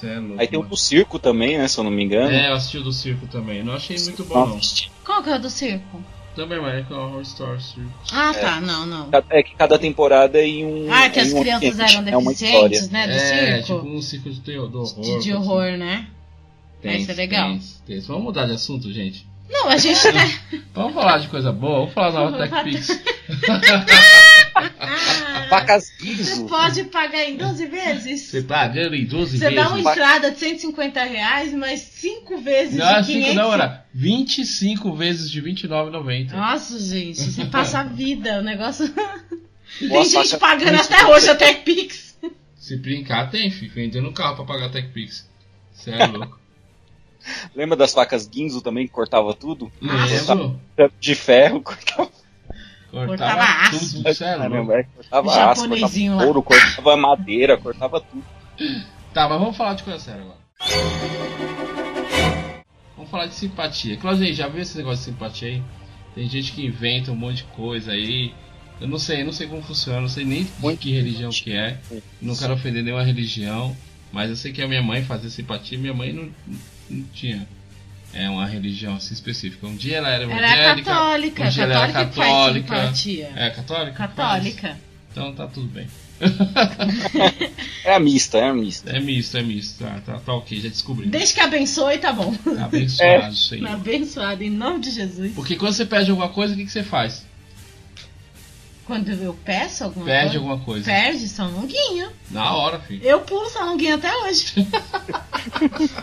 S1: Cê é louco,
S3: Aí tem o
S1: mano.
S3: do circo também, né? Se eu não me engano.
S1: É, eu assisti o do circo também. Não achei muito bom, não.
S2: Qual que é o do circo?
S1: Também é American um Horror Story Circo.
S2: Ah, tá, não, não.
S3: É que cada temporada é em um.
S2: Ah, que
S3: em
S2: as
S3: um
S2: crianças
S3: ambiente,
S2: eram
S3: é uma
S2: deficientes, né?
S3: história.
S2: Do
S1: é,
S2: circo.
S1: tipo um circo de terror, do horror.
S2: de,
S1: assim.
S2: de horror, né?
S1: Tenso,
S2: Isso é legal.
S1: tenso, tenso. Vamos mudar de assunto, gente?
S2: Não, a gente, né?
S1: Vamos falar de coisa boa, vamos falar da Hot Tech Pix.
S2: Ah,
S3: Facas
S2: você pagam.
S3: guiso.
S2: pode pagar em 12 vezes?
S1: Você tá dando em 12
S2: Você dá um uma
S1: vezes?
S2: entrada de 150 reais, mas 5 vezes
S1: Não,
S2: de 500.
S1: cinco, não, era 25 vezes de 29,90.
S2: Nossa, gente, você passa a vida, o negócio.
S3: Boa
S2: Tem gente
S3: faca-
S2: pagando até hoje a TechPix.
S1: Se brincar, tem, filho. Vendendo carro pra pagar Tech Pix. Você é louco.
S3: Lembra das facas guinzo também que cortava tudo?
S1: Lembro.
S3: De ferro, cortava.
S2: Cortava aço.
S1: tudo, cê é louco.
S3: Caramba, é, cortava
S2: O
S3: aço,
S2: japonesinho
S3: cortava
S2: lá.
S3: couro, cortava madeira, cortava tudo.
S1: Tá, mas vamos falar de coisa séria agora. Vamos falar de simpatia. Claudinei, já viu esse negócio de simpatia aí? Tem gente que inventa um monte de coisa aí. Eu não sei, eu não sei como funciona, eu não sei nem de
S3: Muito
S1: que religião que é. Não quero ofender nenhuma religião, mas eu sei que a minha mãe fazia simpatia, minha mãe não, não tinha é uma religião assim específica. Um dia ela era
S2: Era
S1: evangélica.
S2: católica.
S1: um dia ela era
S2: Católica, que faz simpatia.
S1: É católica? Faz.
S2: Católica.
S1: Então tá tudo bem.
S3: É a mista, é a mista.
S1: É misto, é misto. Tá, tá, tá ok, já descobri.
S2: Desde que abençoe, tá bom.
S1: Tá
S2: É.
S1: abençoado isso aí.
S2: Abençoado em nome de Jesus.
S1: Porque quando você perde alguma coisa, o que, que você faz?
S2: Quando eu peço alguma
S1: Perde
S2: coisa.
S1: alguma coisa.
S2: Perde um salmonguinho.
S1: Na hora, filho.
S2: Eu pulo salmonguinho até hoje.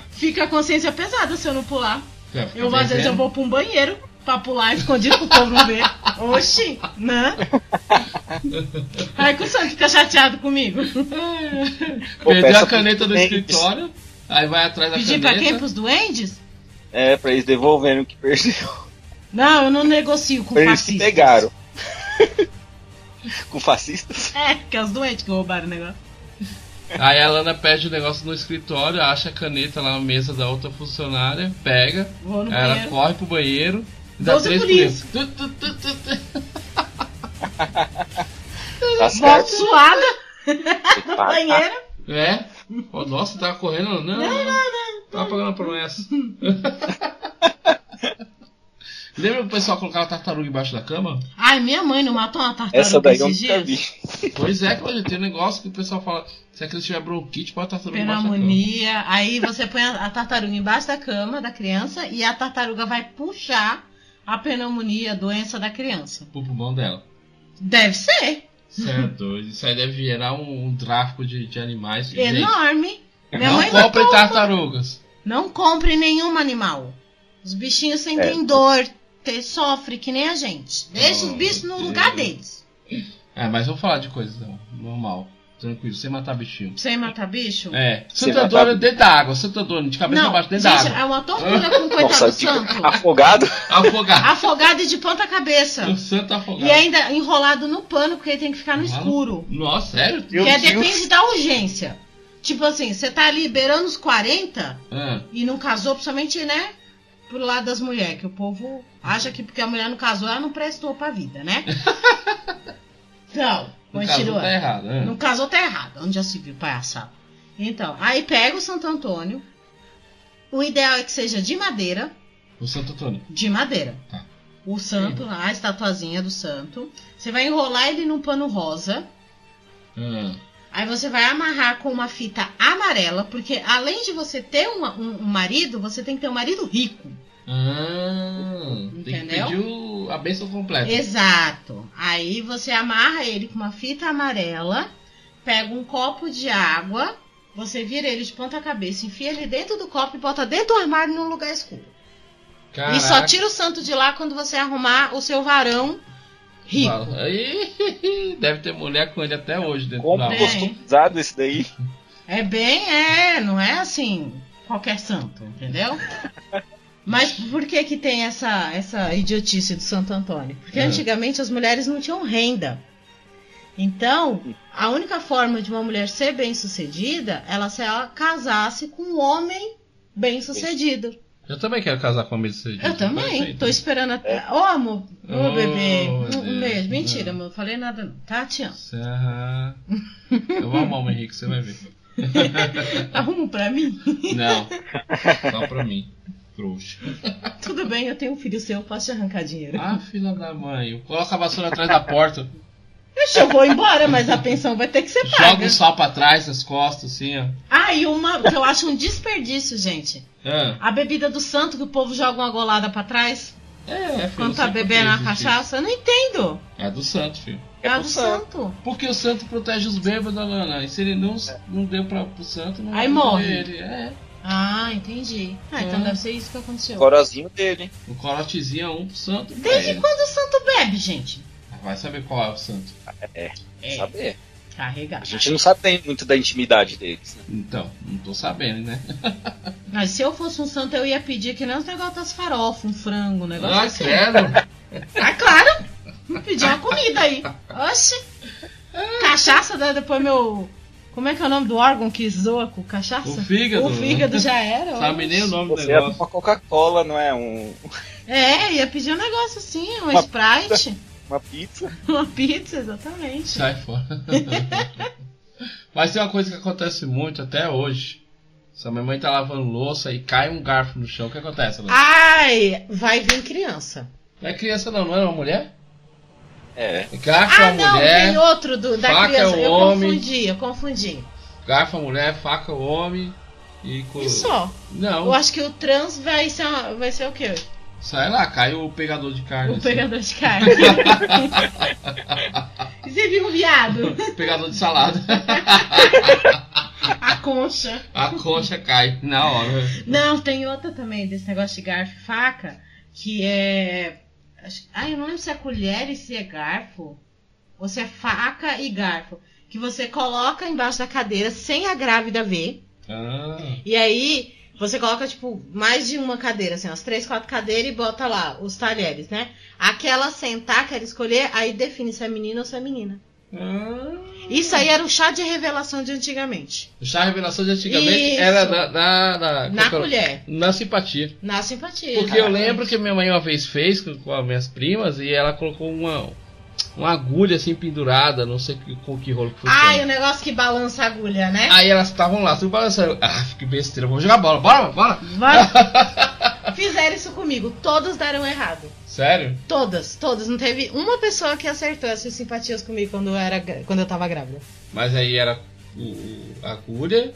S2: Fica a consciência pesada se eu não pular.
S1: Você vai ficar
S2: Eu, às vezes, eu
S1: devendo.
S2: vou pra um banheiro. pra pular escondido pro povo não ver. Oxi, né? Aí que o Sam fica chateado comigo.
S3: Pô,
S1: Perdeu
S3: peça
S1: a caneta do
S3: pros doentes.
S1: escritório, aí vai atrás da
S2: Pedir pra quem?
S1: caneta.
S2: Pros duendes?
S3: É, pra eles devolverem o que perdeu.
S2: Não, eu não negocio com
S3: Pra eles que
S2: fascistas.
S3: pegaram. Com fascistas?
S2: É, que é os doentes que roubaram o negócio.
S1: Aí a Lana perde o negócio no escritório, acha a caneta lá na mesa da outra funcionária, pega,
S2: Vou no
S1: aí ela
S2: banheiro.
S1: corre pro banheiro, dá
S2: Doze
S1: três
S2: por isso.
S1: pulinhos. Tu, tu, tu, tu, tu.
S3: Tá
S2: Volto
S3: certo.
S2: suada,
S3: Tá, tá.
S2: banheira.
S1: É? Ó, nossa, tava correndo? Não, não, não. Tava pagando a promessa. Lembra que o pessoal colocava tartaruga embaixo da cama?
S2: Ai, minha mãe não matou uma
S3: Essa
S2: tartaruga
S3: daí eu
S2: esses
S3: nunca
S2: dias?
S3: vi.
S1: Pois é, cara, tem um negócio que o pessoal fala: se a criança tiver bronquite, pode tartaruga embaixo da cama.
S2: Pneumonia. Aí você põe a a tartaruga embaixo da cama da criança e a tartaruga vai puxar a pneumonia, a doença da criança.
S1: Pro pulmão dela.
S2: Deve ser.
S1: Você é doido. Isso aí deve gerar um, um tráfico de, de animais. Gente,
S2: Enorme. É, Minha
S1: não
S2: mãe não,
S1: compre tartarugas.
S2: não compre nenhum animal. Os bichinhos sentem
S3: É.
S2: dor, te, sofre que nem a gente. Deixa os
S1: Oh,
S2: bichos no
S1: meu
S2: lugar
S1: Deus.
S2: deles.
S1: É, mas vamos falar de coisas não. normal. Tranquilo, sem matar bichinho.
S2: Sem matar bicho?
S1: É,
S3: Sem
S1: Santa
S3: matar
S1: Dona
S3: bicho.
S1: dentro da água, Santa Dona, de cabeça
S2: Não,
S1: abaixo
S2: gente,
S1: dentro da água.
S2: é uma tortura com o coitado
S3: Nossa,
S2: do santo.
S3: dica. Afogado?
S1: Afogado.
S2: Afogado e de ponta cabeça.
S1: O santo afogado.
S2: E ainda enrolado no pano, porque ele tem que ficar no
S1: Mano.
S2: escuro.
S1: Nossa, sério?
S3: Meu
S2: que é,
S3: Deus.
S2: depende da urgência. Tipo assim, você tá ali beirando os 40
S1: Ah,
S2: e não casou, principalmente, né? Pro lado das mulheres, que o povo acha que porque a mulher não casou, ela não prestou pra vida, né? Então,
S1: no caso,
S2: continua.
S1: tá errado. ah.
S2: Não casou, tá errado. Onde já se viu palhaçada. Então, aí pega o Santo Antônio. O ideal é que seja de madeira.
S1: O Santo Antônio.
S2: De madeira.
S1: Tá.
S2: O santo, lá, a estatuazinha do santo. Você vai enrolar ele num pano rosa.
S1: Ah,
S2: Aí você vai amarrar com uma fita amarela, porque além de você ter uma- um, um marido, você tem que ter um marido rico.
S1: ah, tem que
S2: Entendeu?
S1: pedir o- a bênção completa.
S2: Exato. Aí você amarra ele com uma fita amarela, pega um copo de água, você vira ele de ponta cabeça, enfia ele dentro do copo e bota dentro do armário num lugar escuro.
S1: Caraca.
S2: E só tira o santo de lá quando você arrumar o seu varão rico.
S1: Fala. Ih, Deve ter mulher com ele até hoje dentro da
S3: Como
S1: água.
S2: Tem.
S3: customizado esse daí?
S2: É bem, é, não é assim qualquer santo, entendeu? Mas por que que tem essa essa idiotice do Santo Antônio? Porque
S1: É.
S2: antigamente as mulheres não tinham renda. Então, a única forma de uma mulher ser bem-sucedida, ela se ela casasse com um homem bem-sucedido.
S1: Eu também quero casar com a tá Missa
S2: Eu também, tô esperando até. Ô, amor, ô,
S1: Oh,
S2: bebê,
S1: meu
S2: um
S1: Deus.
S2: beijo. Mentira, amor, não falei nada não. Tá, te amo.
S1: Serra. Eu vou amar o Henrique, você vai ver.
S2: Arruma um pra mim.
S1: Não. Só pra mim. Trouxa.
S2: Tudo bem, eu tenho um filho seu, eu posso te arrancar dinheiro.
S1: Ah, filha da mãe. Coloca a vassoura atrás da porta.
S2: Ixi, eu vou embora, mas a pensão vai ter que ser
S1: Joga
S2: paga.
S1: o sal pra trás das costas, assim, ó.
S2: Ah, e uma que eu acho um desperdício, gente.
S1: Ah,
S2: A bebida do santo que o povo joga uma golada pra trás
S1: É, é, filho. eu
S2: quando tá
S1: sempre
S2: bebendo
S1: fiz
S2: a
S1: isso.
S2: cachaça. Eu não entendo.
S1: É do santo, filho.
S2: É, a
S3: pro
S2: do
S3: santo.
S2: santo.
S1: Porque o santo protege os bêbados, Lana. E se ele não, não deu pra, pro santo, não vai
S2: Aí
S1: poder
S2: morre.
S1: Ele. É.
S2: Ah, entendi. Ah, então
S1: É.
S2: deve ser isso que aconteceu.
S3: Corozinho dele.
S1: O corotezinho é um pro santo. pra
S2: Desde
S1: ele.
S2: quando o santo bebe, gente?
S1: Vai saber qual é o santo.
S2: É,
S3: Saber.
S2: carregar.
S3: A gente não sabe bem muito da intimidade deles. né?
S1: Então, não tô sabendo, né?
S2: Mas se eu fosse um santo, eu ia pedir que nem os negócios das farofas, um frango, um negócio
S1: Ah,
S2: assim.
S1: credo.
S2: Ah, claro! Pedir uma comida aí. Oxi! Cachaça, né? depois meu. Como é que é o nome do órgão que zoa com cachaça?
S1: O fígado. né?
S2: O fígado já era.
S1: Sabe
S2: ó.
S1: nem o nome do
S3: Você é
S1: negócio.
S3: uma Coca-Cola, não é? Um,
S2: É, ia pedir um negócio assim, uma,
S3: Uma
S2: Sprite,
S3: uma pizza.
S2: uma pizza, exatamente.
S1: Sai fora. Mas tem uma coisa que acontece muito até hoje. Se a minha mãe tá lavando louça e cai um garfo no chão, o que acontece? Ana?
S2: Ai, vai vir criança.
S1: Não é criança não, não é uma mulher?
S3: É.
S1: Garfo é
S2: Ah,
S1: uma
S2: não,
S1: mulher,
S2: tem outro do, da
S1: faca é
S2: criança.
S1: o
S2: eu
S1: homem.
S2: confundi, eu confundi.
S1: garfo é mulher, faca é homem e... Co...
S2: E só? Eu
S1: Não,
S2: acho que o trans vai ser, uma- vai ser o quê?
S1: sai lá, caiu o pegador de carne.
S2: O
S1: assim.
S2: pegador de carne. E Você viu um viado?
S1: assim. Pegador de salada.
S2: A concha.
S1: a coxa cai na hora.
S2: Não, tem outra também desse negócio de garfo e faca. que é. acho- Ah, eu não lembro se é colher e se é garfo. Ou se é faca e garfo. Que você coloca embaixo da cadeira sem a grávida ver.
S1: Ah,
S2: E aí você coloca, tipo, mais de uma cadeira, assim, umas três, quatro cadeiras e bota lá os talheres, né? Aquela sentar, quer escolher, aí define se é menino ou se é menina.
S1: ah.
S2: Isso aí era o chá de revelação de antigamente.
S1: O chá revelação de antigamente
S2: Isso.
S1: era na. Na, na, É, qual
S2: Na
S1: que era?
S2: colher,
S1: Na simpatia.
S2: na simpatia.
S1: Porque eu lembro que minha mãe uma vez fez com, com as minhas primas e ela colocou uma, uma agulha assim pendurada, não sei que- com que rolo que foi.
S2: Ai,
S1: feito.
S2: o negócio que balança a agulha, né?
S1: Aí elas estavam lá, tudo balançando. Ah, que besteira, vamos jogar bola, bora, bora.
S2: Vai- Fizeram isso comigo, todas deram errado.
S1: Sério?
S2: Todas, todas. Não teve uma pessoa que acertou essas simpatias comigo quando eu, era, gra- quando eu tava grávida.
S1: Mas aí era o- o- a agulha.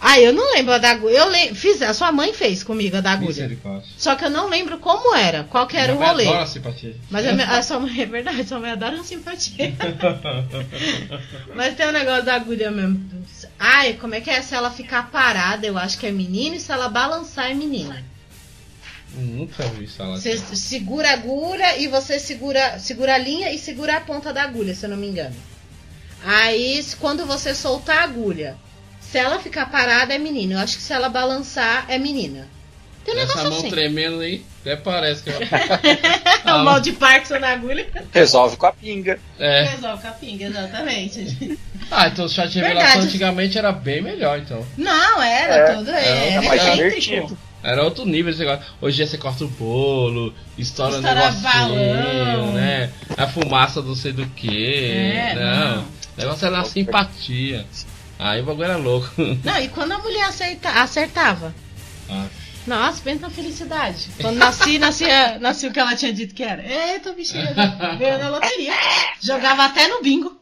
S2: Ah, eu não lembro a da agulha. Eu lem- fiz, a sua mãe fez comigo a da agulha.
S1: Misericórdia.
S2: Só que eu não lembro como era, qual que era o
S1: Minha mãe
S2: rolê.
S1: adora simpatia.
S2: Mas a, minha- a sua mãe é verdade, sua mãe adora uma simpatia. Mas tem o negócio da agulha mesmo. Ai, como é que é? Se ela ficar parada, eu acho que é menino, e se ela balançar, é menina.
S1: Nunca ouvi isso assim. falar.
S2: Você segura a agulha e você segura, segura a linha e segura a ponta da agulha, se eu não me engano. Aí, se- quando você soltar a agulha, se ela ficar parada, é menino. Eu acho que se ela balançar, é menina. Tem um negócio
S1: Essa mão
S2: assim.
S1: tremendo aí, até parece que ela.
S2: É o mal de Parkinson na agulha.
S3: Resolve com a pinga.
S1: É.
S2: Resolve com a pinga, exatamente.
S1: Ah, então o chá de revelação
S2: Verdade.
S1: antigamente era bem melhor, então.
S2: Não, era
S3: É,
S2: tudo.
S1: é,
S2: É,
S1: é
S3: É mais
S1: É,
S3: divertido.
S1: Era outro nível esse negócio. Hoje em dia você corta o bolo, estoura o
S2: Estoura
S1: negocinho,
S2: balão.
S1: né? A fumaça do não sei do que.
S2: É,
S1: não.
S2: não.
S1: O negócio era a simpatia. Aí o bagulho era louco.
S2: Não, e quando a mulher aceita- acertava?
S1: Ah.
S2: Nossa, pensa na felicidade. Quando nasci, nascia, nasci o que ela tinha dito que era. Eita, bichinha, ganhou na loteria. Jogava até no bingo.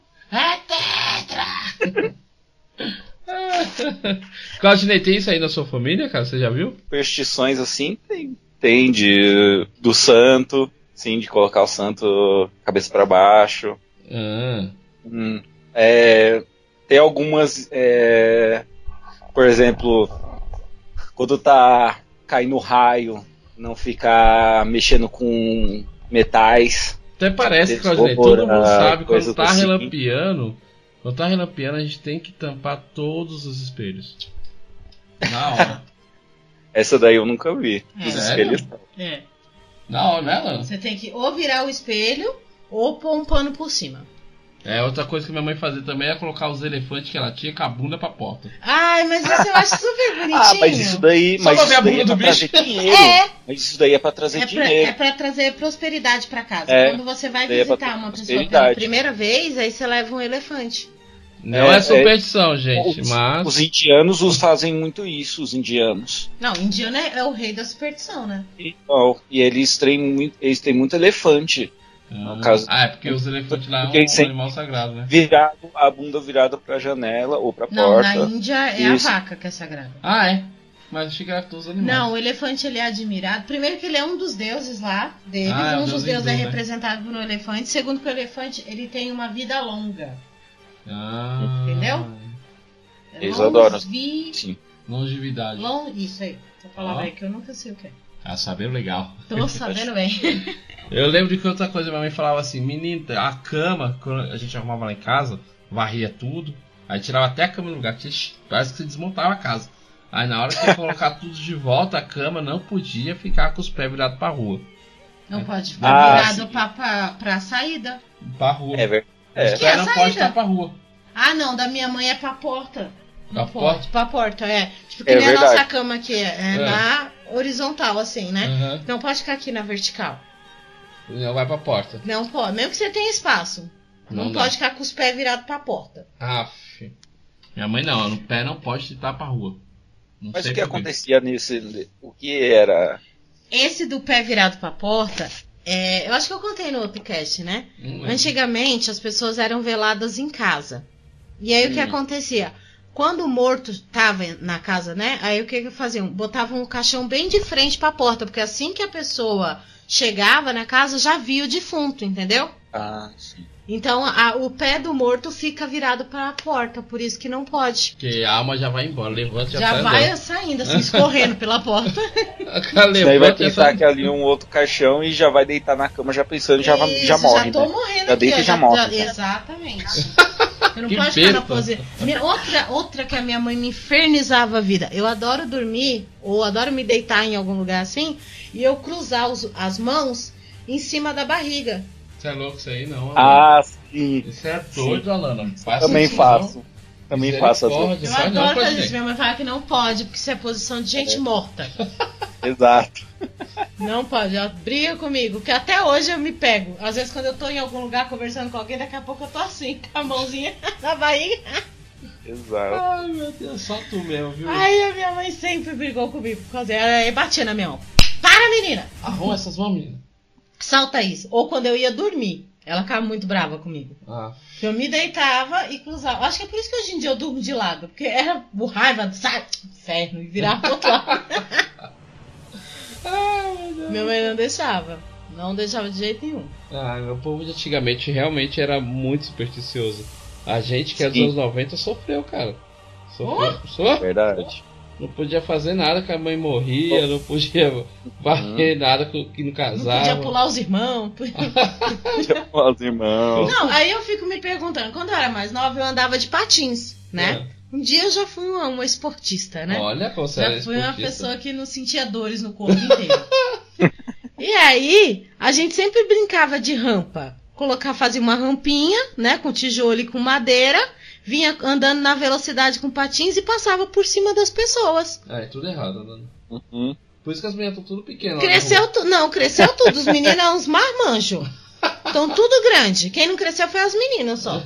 S1: Claudinei, tem isso aí na sua família, cara? Você já viu?
S3: Superstições assim tem. Tem de, do santo, sim, de colocar o santo cabeça pra baixo.
S1: Ah,
S3: Hum. É, tem algumas. é, por exemplo, quando tá caindo raio, não ficar mexendo com metais.
S1: até parece, Claudinei.
S3: Desculpa,
S1: Todo mundo sabe,
S3: coisa
S1: quando tá
S3: do seguinte.
S1: relampiando, quando tá relampiando, a gente tem que tampar todos os espelhos. Na hora.
S3: Essa daí eu nunca vi.
S2: É.
S3: Os
S1: Sério?
S3: espelhos.
S2: É.
S1: Na hora, né, Lana?
S2: Você tem que ou virar o espelho ou pôr um pano por cima.
S1: É, outra coisa que minha mãe fazia também era colocar os elefantes que ela tinha com a bunda pra
S3: É,
S1: porta.
S2: Ai, mas isso eu acho super bonitinho.
S3: Ah, mas isso daí,
S1: Só
S3: mas
S1: pra
S3: isso
S1: ver a
S3: daí
S1: bunda
S3: é pra
S1: do
S3: trazer dinheiro.
S2: É.
S3: Mas isso daí é pra trazer
S2: É pra, é
S3: dinheiro.
S2: pra trazer prosperidade pra casa.
S3: É.
S2: Quando você vai
S3: Daí é pra
S2: visitar uma pessoa pela
S3: prosperidade.
S2: primeira vez, aí você leva um elefante.
S1: Não é,
S3: é
S1: superstição, gente,
S3: Os-
S1: mas.
S3: Os indianos os fazem muito isso, os indianos.
S2: Não, indiano é, é o rei da superstição, né?
S3: Então, e eles têm muito, eles têm muito elefante.
S1: Ah,
S3: no caso-
S1: Ah, é porque os elefantes lá
S3: Porque
S1: é um
S3: eles sempre-
S1: animal sagrado, né?
S3: Virado, a bunda virada pra janela ou pra
S2: Não,
S3: porta.
S2: na Índia é
S3: Isso.
S2: a vaca que é sagrada.
S1: Ah, é. Mas achei que era todos os animais.
S2: Não, o elefante ele é admirado. Primeiro que ele é um dos deuses lá deles.
S1: Ah, é um
S2: um dos
S1: deus
S2: deuses é
S1: hindu, né?
S2: representado por um elefante. Segundo que o elefante ele tem uma vida longa.
S1: Ah,
S2: Entendeu?
S3: Eles adoram.
S2: Vi...
S3: Sim.
S1: Longevidade.
S2: Long... Isso aí. Essa palavra
S1: Ó.
S2: aí que eu nunca sei o que é.
S1: Ah, saber legal.
S2: Tô sabendo bem.
S1: Eu lembro de que outra coisa minha mãe falava assim: menina, a cama, quando a gente arrumava lá em casa, varria tudo, aí tirava até a cama do lugar, que parece que você desmontava a casa. Aí na hora que ia colocar tudo de volta, a cama não podia ficar com os pés virados pra rua.
S2: Não pode ficar
S3: Ah,
S2: virado
S3: sim.
S2: pra, pra, pra saída.
S1: Pra rua.
S3: É verdade.
S1: Os
S3: É.
S2: Que é a
S1: pés não pode
S2: saída.
S1: estar pra rua.
S2: Ah, não, da minha mãe é pra porta. Não
S1: Pra
S2: pode,
S1: porta?
S2: pra porta, é. Tipo, que
S3: É
S2: nem a
S3: verdade.
S2: nossa cama aqui, é,
S1: É.
S2: na horizontal, assim, né?
S1: Aham.
S2: Não pode ficar aqui na vertical.
S1: Uhum. Não vai pra porta.
S2: Não pode. Mesmo que você tenha espaço. Não,
S1: Não dá.
S2: pode ficar com os pés virados pra porta.
S1: Aff. Minha mãe não, no pé não pode estar pra rua. Não
S3: Mas
S1: sei
S3: o que
S1: por quê.
S3: acontecia nesse. O que era.
S2: Esse do pé virado pra porta, é, eu acho que eu contei no upcast, né?
S1: Não lembro.
S2: Antigamente as pessoas eram veladas em casa. E aí o que
S1: Hum.
S2: acontecia? Quando o morto tava na casa, né? Aí o que que faziam? Botavam o caixão bem de frente pra porta, porque assim que a pessoa chegava na casa já via o defunto, entendeu?
S3: Ah, sim.
S2: Então a- o pé do morto fica virado para a porta, por isso que não pode.
S1: Porque a alma já vai embora, levanta e já, tá
S2: Já
S1: sai
S2: vai saindo, assim, escorrendo pela porta.
S1: andando. Cara,
S3: Isso daí vai
S1: levanta e já
S3: pensar
S1: sai.
S3: que ali um outro caixão e já vai deitar na cama já pensando, já, va-
S2: Isso, um-
S3: já morre,
S2: tô
S3: né?
S2: morrendo
S3: Já
S2: aqui,
S3: deita
S2: ó,
S3: e já morre, né?
S2: Exatamente. Eu não
S1: Que
S2: posso ficar na
S1: besta.
S2: pose. Minha- Outra, outra que a minha mãe me infernizava a vida. Eu adoro dormir, ou adoro me deitar em algum lugar assim, e eu cruzar os- as mãos em cima da barriga.
S1: Você é louco isso aí, não. Alana.
S3: Ah, sim.
S1: Isso é doido, Alana. Faça
S3: Também
S1: isso,
S3: faço.
S1: Ah, não.
S3: Também faço assim. às vezes.
S1: Misericórdia,
S2: Eu
S1: faz não,
S2: adoro
S1: pode
S2: fazer isso.
S1: ser.
S2: Minha mãe fala que não pode, porque isso é posição de gente morta.
S3: Exato.
S2: Não pode, ela briga comigo, que até hoje eu me pego. Às vezes quando eu tô em algum lugar conversando com alguém, daqui a pouco eu tô assim, com a mãozinha na barriga.
S3: Exato.
S1: Ai, meu Deus, só tu mesmo, viu?
S2: Ai, a minha mãe sempre brigou comigo por causa dela, e batia na minha mão. Para, menina!
S1: Arruma essas mãos, menina.
S2: Salta isso. Ou quando eu ia dormir, ela ficava muito brava comigo.
S1: Ah,
S2: Eu me deitava e cruzava. Acho que é por isso que hoje em dia eu durmo de lado, porque era por raiva, sai, inferno, e virava pro outro lado. minha mãe não deixava. Não deixava de jeito nenhum.
S1: ah, meu povo de antigamente realmente era muito supersticioso. A gente que é dos
S3: Sim.
S1: anos 90 sofreu, cara. Sofreu. Sofreu.
S3: É Verdade.
S1: Não podia fazer nada que a mãe morria, não podia bater nada com- que não
S2: Não
S1: casava.
S2: podia pular os irmãos.
S3: Olha Os irmãos.
S2: Não, aí eu fico me perguntando, quando eu era mais nova, eu andava de patins,
S1: É.
S2: né? Um dia eu já fui uma, uma esportista, né?
S1: Olha como você
S2: já
S1: era
S2: fui uma
S1: esportista.
S2: pessoa que não sentia dores no corpo inteiro. e aí, a gente sempre brincava de rampa. Colocar, fazia uma rampinha, né? Com tijolo e com madeira, vinha andando na velocidade com patins e passava por cima das pessoas.
S1: Ah, é tudo errado, mano.
S3: Uhum.
S1: Por isso que as meninas estão tudo pequenas. né? lá na rua.
S2: Cresceu tudo. Não, cresceu tudo. Os meninos eram uns marmanjos. Então tudo grande. Quem não cresceu foi as meninas só.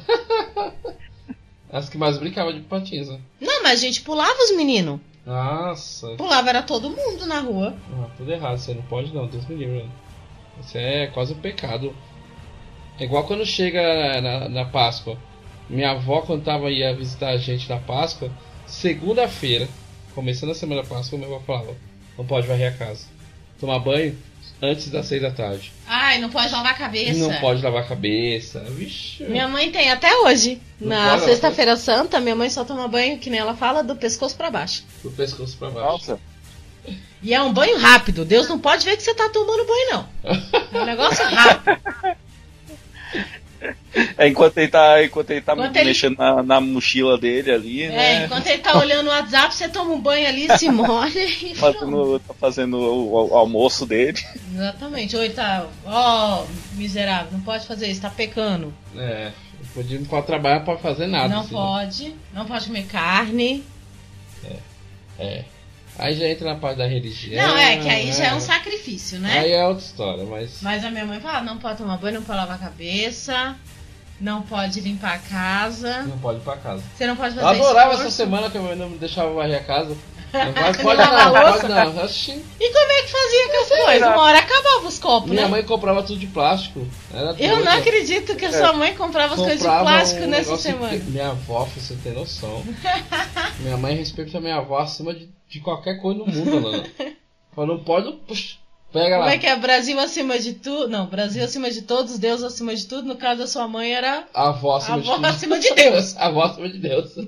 S1: As que mais brincavam de patins, né?
S2: Não, mas a gente pulava os meninos.
S1: Nossa,
S2: Pulava era todo mundo na rua.
S1: ah, tudo errado, você não pode não, Deus me livre. né? Isso é quase um pecado. É igual quando chega na, na Páscoa. Minha avó, quando tava ia visitar a gente na Páscoa, segunda-feira, começando a semana da Páscoa, minha avó falava: não pode varrer a casa. Tomar banho antes das seis da tarde.
S2: Ai, não pode lavar a cabeça.
S1: Não pode lavar a cabeça. Vixe.
S2: Minha mãe tem até hoje.
S1: Não
S2: Na
S1: pode,
S2: sexta-feira santa, minha mãe só toma banho, que nem ela fala, do pescoço pra baixo.
S1: Do pescoço pra baixo.
S3: Nossa.
S2: E é um banho rápido. Deus não pode ver que você tá tomando banho, não. É um negócio rápido.
S3: É, enquanto ele tá, enquanto ele tá
S2: Enquanto ele-
S3: mexendo Na, na mochila dele ali,
S2: É,
S3: né?
S2: enquanto ele tá olhando o WhatsApp, você toma um banho ali, se molha e pronto.
S3: Fazendo, tá fazendo o, o almoço dele.
S2: Exatamente. Ou ele tá, ó, miserável, não pode fazer isso, tá pecando.
S1: É. Não podia não pode trabalhar, não pode fazer nada.
S2: não
S1: assim, né?
S2: pode, não pode comer carne.
S1: Aí já entra na parte da religião.
S2: não, é, que aí já é um
S1: né?
S2: sacrifício, né?
S1: Aí é outra história, mas.
S2: Mas a minha mãe fala, não pode tomar banho, não pode lavar a cabeça, não pode limpar a casa,
S1: Não pode ir pra casa.
S2: você não pode
S1: Eu
S2: fazer
S1: adorava essa
S2: esforço.
S1: semana que a minha mãe não me deixava varrer a casa. Não pode,
S2: Não
S1: pode
S2: lava
S1: não,
S2: a
S1: pode "Ah, não. Oxi.
S2: E como é que fazia com as coisas? Uma hora acabava os copos,
S1: Minha
S2: né?
S1: mãe comprava tudo de plástico. Era
S2: Eu
S1: doida.
S2: não acredito que a sua mãe comprava as coisas de
S1: É. Comprava
S2: plástico
S1: um
S2: nessa
S1: negócio
S2: semana.
S1: que- Minha avó, pra você ter noção. minha mãe respeita minha avó acima de, de qualquer coisa no mundo, Lana. Falou, não pode. puxa, pega
S2: Como
S1: lá.
S2: é que é? Brasil acima de tudo? Não, Brasil acima de todos, Deus acima de tudo. No caso da sua mãe era
S1: A avó
S2: a
S1: acima de
S2: avó
S1: tudo.
S2: acima de Deus.
S1: A voz pelo amor de Deus.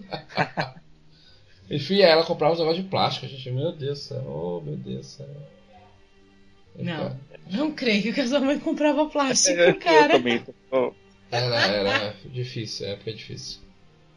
S1: Enfim, ela comprava uns negócios de plástico, gente. Meu Deus do céu. Oh, meu Deus do céu. Então, Eu
S2: Não,
S1: ficava-
S2: não creio que a sua mãe comprava
S3: Eu
S1: É,
S2: plástico, cara.
S3: também tô-
S1: Era, era difícil, a época é difícil.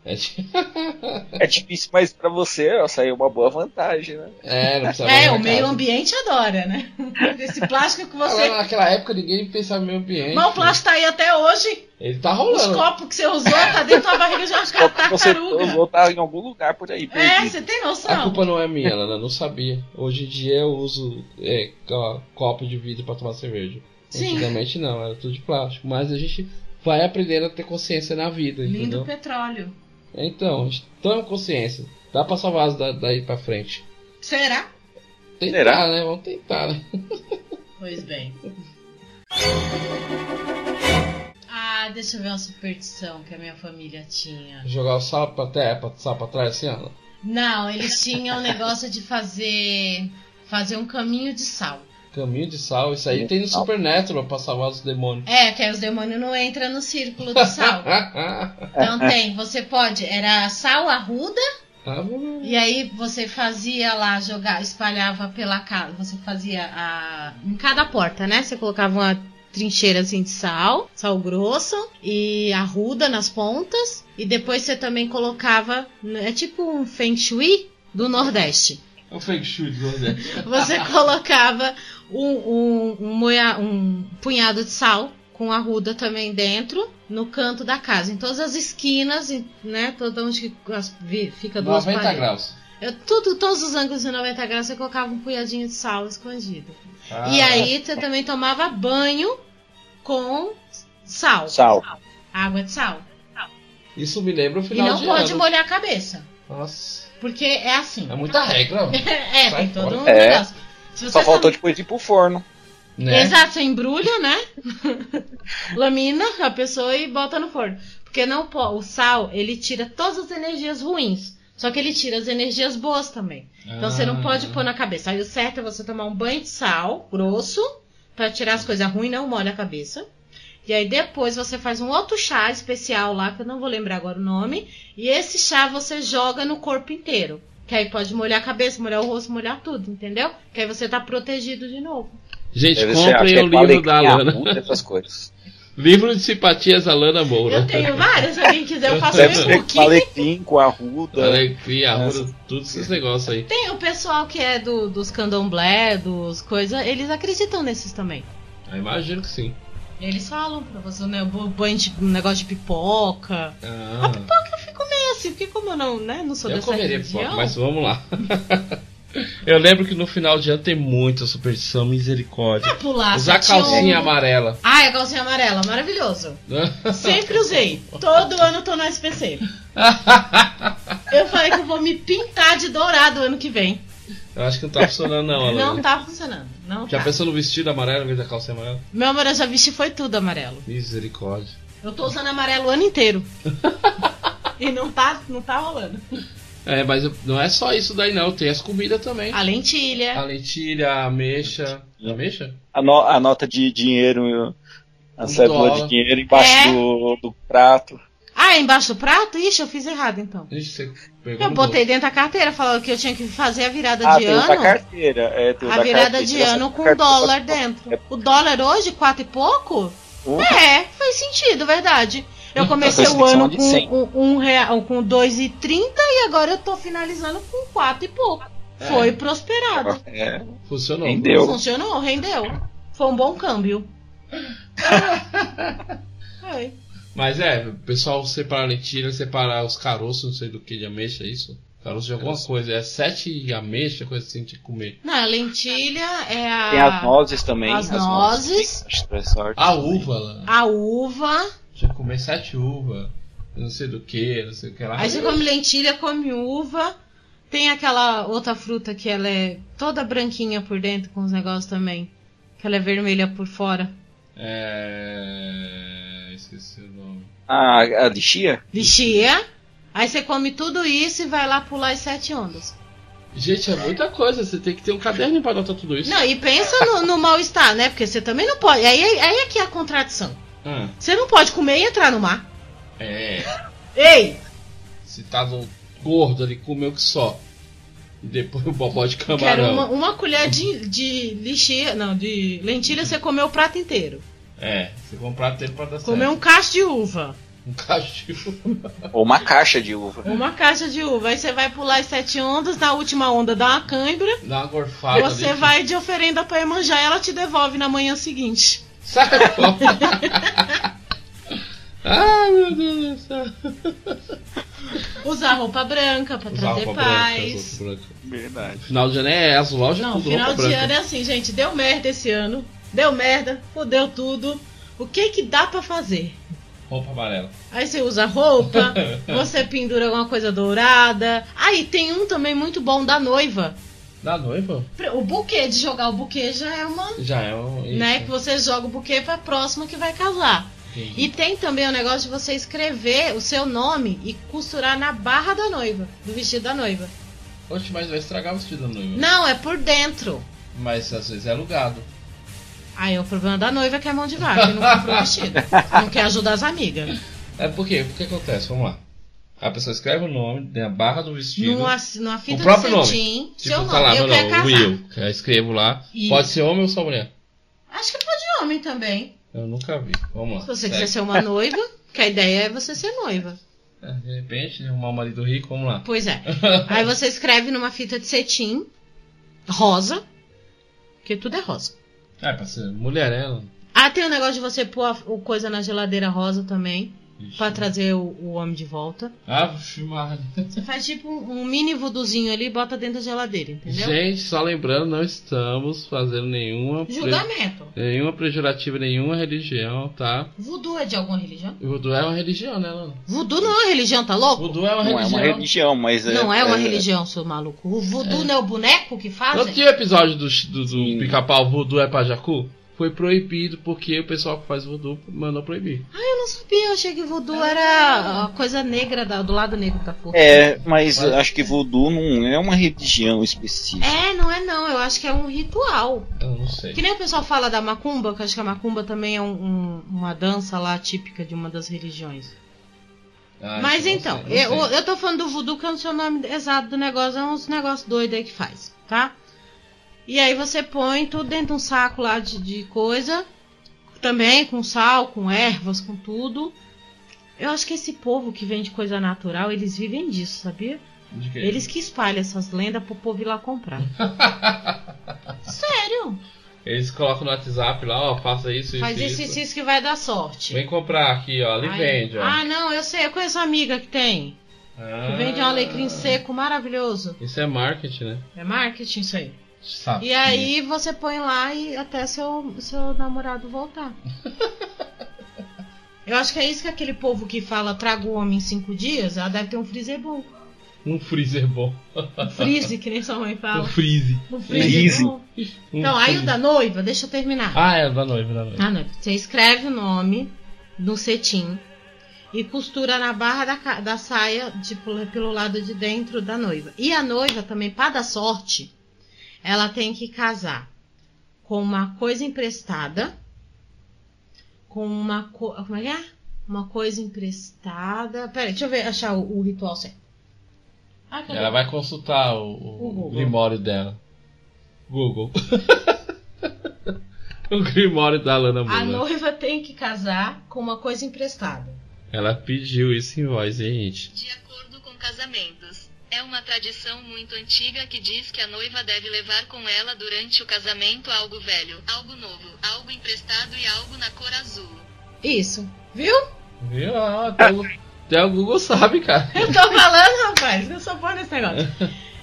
S1: É, di-
S3: É difícil, mas pra você ó, saiu uma boa vantagem, né?
S1: é, não precisava.
S2: É,
S1: lavar
S2: o meio
S1: casa. é
S2: ambiente adora, né? Esse plástico que você
S1: Agora, naquela época ninguém pensava no meio ambiente.
S2: Mas o plástico tá aí até hoje.
S1: Ele tá
S2: Os
S1: rolando.
S2: copos que você usou tá dentro da barriga de uma
S3: Só que você
S2: tá tartaruga.
S3: voltar em algum lugar por aí,
S2: É,
S3: perdido.
S2: você tem
S1: A
S2: noção?
S1: culpa não é minha, Lana, não sabia. Hoje em dia eu uso é, co- copo de vidro pra tomar cerveja.
S2: Sim.
S1: Antigamente não, era tudo de plástico. Mas a gente vai aprendendo a ter consciência na vida, entendeu?
S2: Lindo petróleo.
S1: Então, toma consciência. Dá pra salvar as da- daí pra frente.
S2: Será?
S1: Tentar,
S3: Será?
S1: né? Vamos tentar, né?
S2: Pois bem. Ah, deixa eu ver uma superstição que a minha família tinha.
S1: Jogar o sapo pra, terra, pra, sapo pra trás assim, ó.
S2: Não, eles tinham o negócio de fazer fazer um caminho de sal.
S1: Caminho de sal, isso aí tem no Supernatural pra salvar os demônios.
S2: É, que aí os demônios não entram no círculo do sal. Então tem, você pode, era sal arruda,
S1: Ah, bom.
S2: e aí você fazia lá, jogar, espalhava pela casa, você fazia a. em cada porta, né? Você colocava uma trincheira assim de sal, sal grosso e arruda nas pontas, e depois você também colocava, é tipo um feng shui do Nordeste.
S1: É o fake shoot, Nordeste.
S2: Você colocava um, um- um moia- um punhado de sal com arruda também dentro, no canto da casa, em todas as esquinas, em- né? Toda onde que as- vi- fica duas
S1: 90
S2: paredes.
S1: graus.
S2: Eu, tudo, todos os ângulos de 90 graus você colocava um punhadinho de sal escondido.
S1: Ah,
S2: E aí você também tomava banho com sal,
S3: Sal.
S2: água de sal.
S1: Isso me lembra o
S2: E
S1: final
S2: não
S1: de
S2: pode
S1: ano.
S2: molhar a cabeça,
S1: Nossa,
S2: porque é assim.
S1: é muita regra.
S2: É,
S1: Sai
S2: tem todo
S1: fora.
S2: um
S3: É.
S2: negócio. Se
S3: Só
S2: você
S3: faltou depois ir pro forno.
S1: Né?
S2: Exato, você embrulha, né? Lamina a pessoa e bota no forno. Porque não po- o sal, ele tira todas as energias ruins. Só que ele tira as energias boas também.
S1: Ah.
S2: Então você não pode pôr na cabeça. Aí o certo é você tomar um banho de sal grosso pra tirar as coisas ruins, não molha a cabeça. E aí depois você faz um outro chá especial lá, que eu não vou lembrar agora o nome. E esse chá você joga no corpo inteiro. Que aí pode molhar a cabeça, molhar o rosto, molhar tudo, entendeu? Que aí você tá protegido de novo.
S1: Gente,
S3: Deve ser, acho
S1: comprem
S3: que é
S1: o livro da
S3: alecrim,
S1: Lana.
S3: arruda, essas coisas.
S1: Livro de simpatias da Lana Moura.
S2: Eu tenho várias, se alguém quiser, eu faço
S1: Deve
S2: um
S1: ser
S3: Sempre com
S2: e-book.
S3: alecrim, com arruda.
S1: Alegria, arruda, tudo esses negócios aí.
S2: Tem o pessoal que é do, dos candomblé, dos coisas, eles acreditam nesses também.
S1: Eu imagino que sim.
S2: Eles falam pra você, né? bo- Banho de, um negócio de pipoca.
S1: Ah,
S2: É assim, porque como eu não, né, não sou
S1: eu
S2: dessa
S1: comeria
S2: religião,
S1: pipoca, mas vamos lá. eu lembro que no final de ano tem muita superstição, misericórdia.
S2: vou pular.
S1: Usar
S2: sete
S1: calcinha
S2: ombros.
S1: amarela.
S2: Ah, é a calcinha amarela, maravilhoso. Sempre usei. Todo ano eu tô no SPC. Eu falei que eu vou me pintar de dourado ano que vem.
S1: Eu acho que não tá funcionando não,
S2: Não
S1: Alana.
S2: tá funcionando. Não
S1: Já
S2: tá.
S1: pensou no vestido amarelo em vez da calcinha amarela?
S2: Meu amor, eu já vesti foi tudo amarelo.
S1: Misericórdia.
S2: Eu tô usando amarelo o ano inteiro. e não tá, não tá rolando.
S1: É, mas eu- não é só isso daí não, tem as comidas também.
S2: A lentilha.
S1: A lentilha, a ameixa. Ameixa?
S3: A, no- a nota de dinheiro, a
S1: Um
S3: cédula
S1: dólar.
S3: de dinheiro embaixo
S2: É.
S3: do, do prato.
S2: Ah, é embaixo do prato? Ixi, eu fiz errado então.
S1: Ixi, você pegou
S2: Eu
S1: no
S2: botei dentro da carteira, falando que eu tinha que fazer a virada
S3: Ah,
S2: de
S3: tem o da
S2: ano.
S3: carteira. É, tem o
S2: A
S3: da né?
S2: virada
S3: carteira.
S2: de ano com
S3: Essa
S2: dólar
S3: carteira-
S2: dentro. O dólar hoje, quatro e pouco?
S3: Uh.
S2: É, faz sentido, verdade. Eu comecei
S3: Então,
S2: o ano
S3: de
S2: com
S3: cem.
S2: um, um real, com 2,30 e agora eu tô finalizando com quatro e pouco. Foi prosperado.
S3: É,
S1: bolso. Funcionou.
S3: entendeu?
S2: Funcionou, rendeu. Foi um bom câmbio. Foi.
S1: Mas é, o pessoal separa lentilha, separa os caroços, não sei do que, de ameixa, é isso? Caroço de alguma coisa. É sete ameixa, coisa assim, de comer.
S2: Não, a lentilha é a.
S3: Tem as nozes também.
S2: as nozes.
S3: Acho que é sorte.
S1: A uva, lá.
S2: a uva.
S1: Tinha que comer sete uva. Não sei do que, não sei o que lá.
S2: Aí você come lentilha, come uva. Tem aquela outra fruta que ela é toda branquinha por dentro com os negócios também. Que ela é vermelha por fora.
S1: É. Esqueci o nome.
S3: Ah, a lixia?
S2: Lixia. Aí você come tudo isso e vai lá pular as sete ondas.
S1: Gente, é muita coisa. Você tem que ter um caderno pra anotar tudo isso.
S2: Não, e pensa no, no mal-estar, né? Porque você também não pode. Aí, aí é que é a contradição.
S1: Ah,
S2: Você não pode comer e entrar no mar.
S1: é.
S2: Ei!
S1: Se tá no gordo ali, comeu que só. E depois o bobó de
S2: Quero
S1: camarão.
S2: uma, uma colher de, de lixia. Não, de lentilha você comeu o prato inteiro.
S1: É, você comprar tempo pra dar certo.
S2: Comeu um cacho de uva.
S1: um castigo.
S3: Ou uma caixa de uva.
S2: Uma caixa de uva. Aí você vai pular as sete ondas, na última onda dá uma cãibra,
S1: Dá uma gorfada.
S2: você
S1: ali.
S2: vai de oferenda pra Iemanjá e ela te devolve na manhã seguinte.
S1: Sai fora. é? Ai, meu Deus do céu.
S2: Usar roupa branca pra
S1: Usar
S2: trazer
S1: roupa branca,
S2: paz.
S1: roupa branca.
S3: Verdade.
S1: Final de ano é as lojas
S2: Não,
S1: tudo
S2: final
S1: roupa
S2: de
S1: branca.
S2: ano é assim, gente. Deu merda esse ano. Deu merda, fudeu tudo. O que que dá pra fazer? é-
S1: Roupa amarela.
S2: Aí você usa roupa, você pendura alguma coisa dourada. Aí tem um também muito bom da noiva.
S1: Da noiva?
S2: O buquê, de jogar o buquê já é uma.
S1: Já é um.
S2: Né, que você joga o buquê pra próxima que vai casar.
S1: Entendi.
S2: E tem também o negócio de você escrever o seu nome e costurar na barra da noiva, do vestido da noiva.
S1: Oxe, mas vai estragar o vestido da noiva.
S2: Não, é por dentro.
S1: Mas às vezes é alugado.
S2: Aí o problema da noiva é que é mão de vaca, e não compra o vestido. Não quer ajudar as amigas.
S1: É por quê? Por que acontece? Vamos lá. A pessoa escreve o nome, tem a barra do vestido.
S2: Numa, numa fita
S1: O próprio
S2: de
S1: nome.
S2: cetim,
S1: Tipo,
S2: seu nome.
S1: tá lá,
S2: eu
S1: meu
S2: quero
S1: nome,
S2: casar.
S1: Will. que Eu escrevo lá.
S2: Isso.
S1: Pode ser homem ou só mulher?
S2: Acho que pode homem também.
S1: Eu nunca vi. Vamos lá.
S2: Se você
S1: segue.
S2: quiser ser uma noiva, que a ideia é você ser noiva.
S1: É, De repente, arrumar um marido rico, vamos lá.
S2: Pois é. Aí você escreve numa fita de cetim, rosa, porque tudo é rosa.
S1: É, pra ser mulher, né?
S2: Ah, tem o negócio de você pôr a- o coisa na geladeira rosa também, pra trazer o, o homem de volta.
S1: Ah, vixe, Maria.
S2: Você faz tipo um, um mini vuduzinho ali e bota dentro da geladeira, entendeu?
S1: Gente, só lembrando, não estamos fazendo nenhuma. pre-
S2: Julgamento.
S1: Nenhuma pejorativa, nenhuma religião, tá?
S2: Voodoo é de alguma religião?
S1: O Voodoo é uma religião, né, Lana?
S2: Voodoo não é uma religião, tá louco?
S1: Voodoo é uma
S3: Não é
S1: religião.
S3: uma religião, mas
S2: Não é uma religião, seu maluco. O voodoo não é o boneco que
S1: Não
S2: fazem?
S1: tinha episódio do, do, do
S3: Sim.
S1: pica-pau Voodoo é pra Jacu? Foi proibido porque o pessoal que faz Voodoo mandou proibir.
S2: Eu não sabia, eu achei que voodoo era a coisa negra da- do lado negro da força.
S3: É,
S1: Mas-
S3: mas acho que voodoo não é uma religião específica.
S2: É, não é não, eu acho que é um ritual.
S1: Eu não sei.
S2: Que nem o pessoal fala da macumba, que eu acho que a macumba também é um- um- uma dança lá típica de uma das religiões.
S1: Ah,
S2: Mas
S1: não
S2: então,
S1: sei,
S2: eu,
S1: não sei.
S2: eu tô falando do voodoo, que eu não sei o nome exato do negócio, é uns negócios doidos aí que faz, tá? E aí você põe tudo dentro de um saco lá de, de coisa, também com sal, com ervas, com tudo. Eu acho que esse povo que vende coisa natural, eles vivem disso, sabia?
S1: De quê?
S2: Eles que espalham essas lendas pro povo ir lá comprar. Sério?
S1: Eles colocam no WhatsApp lá, ó, faça isso,
S2: Faz isso, isso, isso que vai dar sorte.
S1: Vem comprar aqui, ó, ali
S2: Aí-
S1: vende, ó.
S2: Ah, não, eu sei, eu conheço uma amiga que tem. Que
S1: Ah.
S2: vende um alecrim seco maravilhoso.
S1: Isso é marketing, né?
S2: É marketing isso aí.
S1: Sabe.
S2: E aí você põe lá e até seu, seu namorado voltar. Eu acho que é isso que aquele povo que fala traga o homem em cinco dias, ela deve ter um freezer bom.
S1: Um freezer bom.
S2: Um freeze, que nem sua mãe
S1: Um
S2: fala.
S1: freeze.
S2: Um freezer
S3: Freeze.
S2: bom.
S1: Um
S2: Então, aí o
S1: freeze.
S2: da noiva, deixa eu terminar.
S1: Ah, é, da noiva, da noiva.
S2: Ah, não. Você escreve o nome no cetim e costura na barra da, ca- da saia de, pelo- pelo lado de dentro da noiva. E a noiva também, para dar sorte, ela tem que casar com uma coisa emprestada, com uma co como é que é? Uma coisa emprestada. Pera, deixa eu ver, achar o, o ritual certo. Ah, cadê?
S1: Ela vai consultar o,
S2: O
S1: o,
S2: Google.
S1: grimório dela. Google. o grimório da Lana Mula.
S2: A noiva tem que casar com uma coisa emprestada.
S1: Ela pediu isso em voz, hein, gente?
S8: De acordo com casamentos, é uma tradição muito antiga que diz que a noiva deve levar com ela durante o casamento algo velho, algo novo, algo emprestado e algo na cor azul.
S2: Isso. Viu?
S1: Viu? Ah, até, o, até o Google sabe, cara.
S2: Eu tô falando, rapaz, eu sou boa nesse negócio.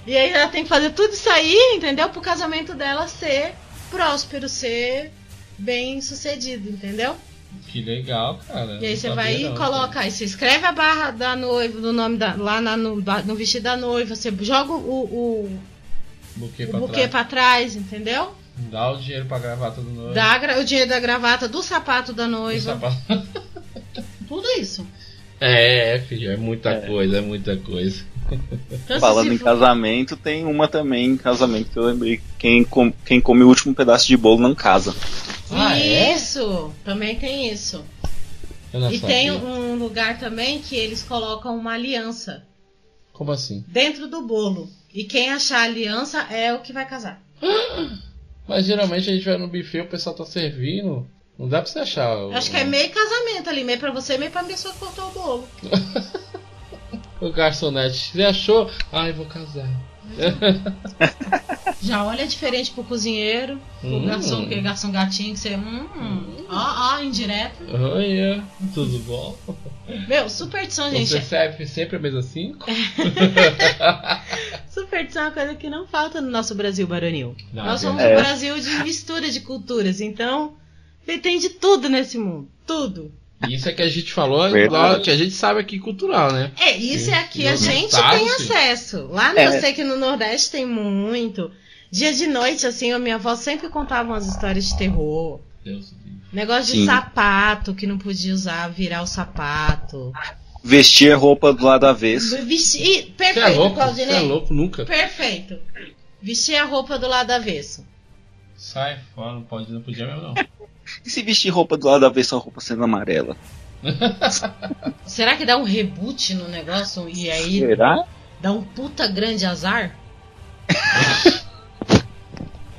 S2: E aí ela tem que fazer tudo isso aí, entendeu? Pro casamento dela ser próspero, ser bem sucedido, entendeu?
S1: Que legal, cara.
S2: E aí
S1: Não
S2: você
S1: sabia
S2: vai e
S1: não,
S2: coloca, aí você escreve a barra da noiva, do nome da, lá na- no, ba- no vestido da noiva, você joga o, o,
S1: cara. Buquê
S2: o
S1: pra
S2: buquê
S1: trás.
S2: pra trás, entendeu?
S1: Dá o dinheiro pra gravar tudo noivo.
S2: Dá a gra- o dinheiro da gravata, do sapato da
S1: O
S2: noiva,
S1: sapato.
S2: tudo isso.
S1: É, filho, é muita coisa, é muita coisa.
S2: Então, se-
S3: Falando
S2: se
S3: em
S2: for-
S3: casamento, tem uma também em casamento que eu lembrei. Quem, com, quem come o último pedaço de bolo não casa.
S1: Ah, é?
S2: Isso, também tem isso.
S1: Eu não
S2: E
S1: sabia.
S2: tem um lugar também que eles colocam uma aliança
S1: Como assim?
S2: dentro do bolo. E quem achar a aliança é o que vai casar.
S1: Mas geralmente a gente vai no buffet, o pessoal tá servindo. Não dá pra você achar. o-
S2: Acho que é meio casamento ali, meio pra você, meio pra pessoa que cortou o bolo.
S1: O garçonete. Você achou? Ai, vou casar.
S2: Já olha diferente pro cozinheiro, pro
S1: Hum.
S2: garçom, aquele garçom gatinho que você. Hum, ó, ó, indireto.
S1: Olha, tudo bom?
S2: Meu, superstição,
S1: Você
S2: gente. é-
S1: serve sempre a mesa 5?
S2: Superstição é uma coisa que não falta no nosso Brasil baronil.
S1: Não,
S2: Nós somos
S3: É.
S2: um Brasil de mistura de culturas, então tem de tudo nesse mundo. Tudo.
S1: Isso é que a gente falou,
S3: Verdade.
S1: que a gente sabe aqui cultural, né?
S2: É, isso é
S1: E
S2: aqui a
S1: outro
S2: gente
S1: táxi.
S2: tem acesso. Lá no-
S3: É.
S2: eu sei que no Nordeste tem muito. Dia de noite, assim, a minha avó sempre contava umas histórias de terror.
S1: Deus do livro.
S2: Negócio de
S3: Sim.
S2: sapato que não podia usar, virar o sapato.
S3: Vestir a roupa do lado avesso.
S2: Vestir. Ih,
S1: Você é
S2: Perfeito,
S1: louco? Você é
S2: Claudinei.
S1: louco nunca.
S2: Perfeito. Vestir a roupa do lado avesso.
S1: Sai fora, não pode, não podia mesmo não.
S3: E se vestir roupa do lado da vez só roupa sendo amarela?
S2: Será que dá um reboot no negócio e aí
S3: Será?
S2: dá um puta grande azar?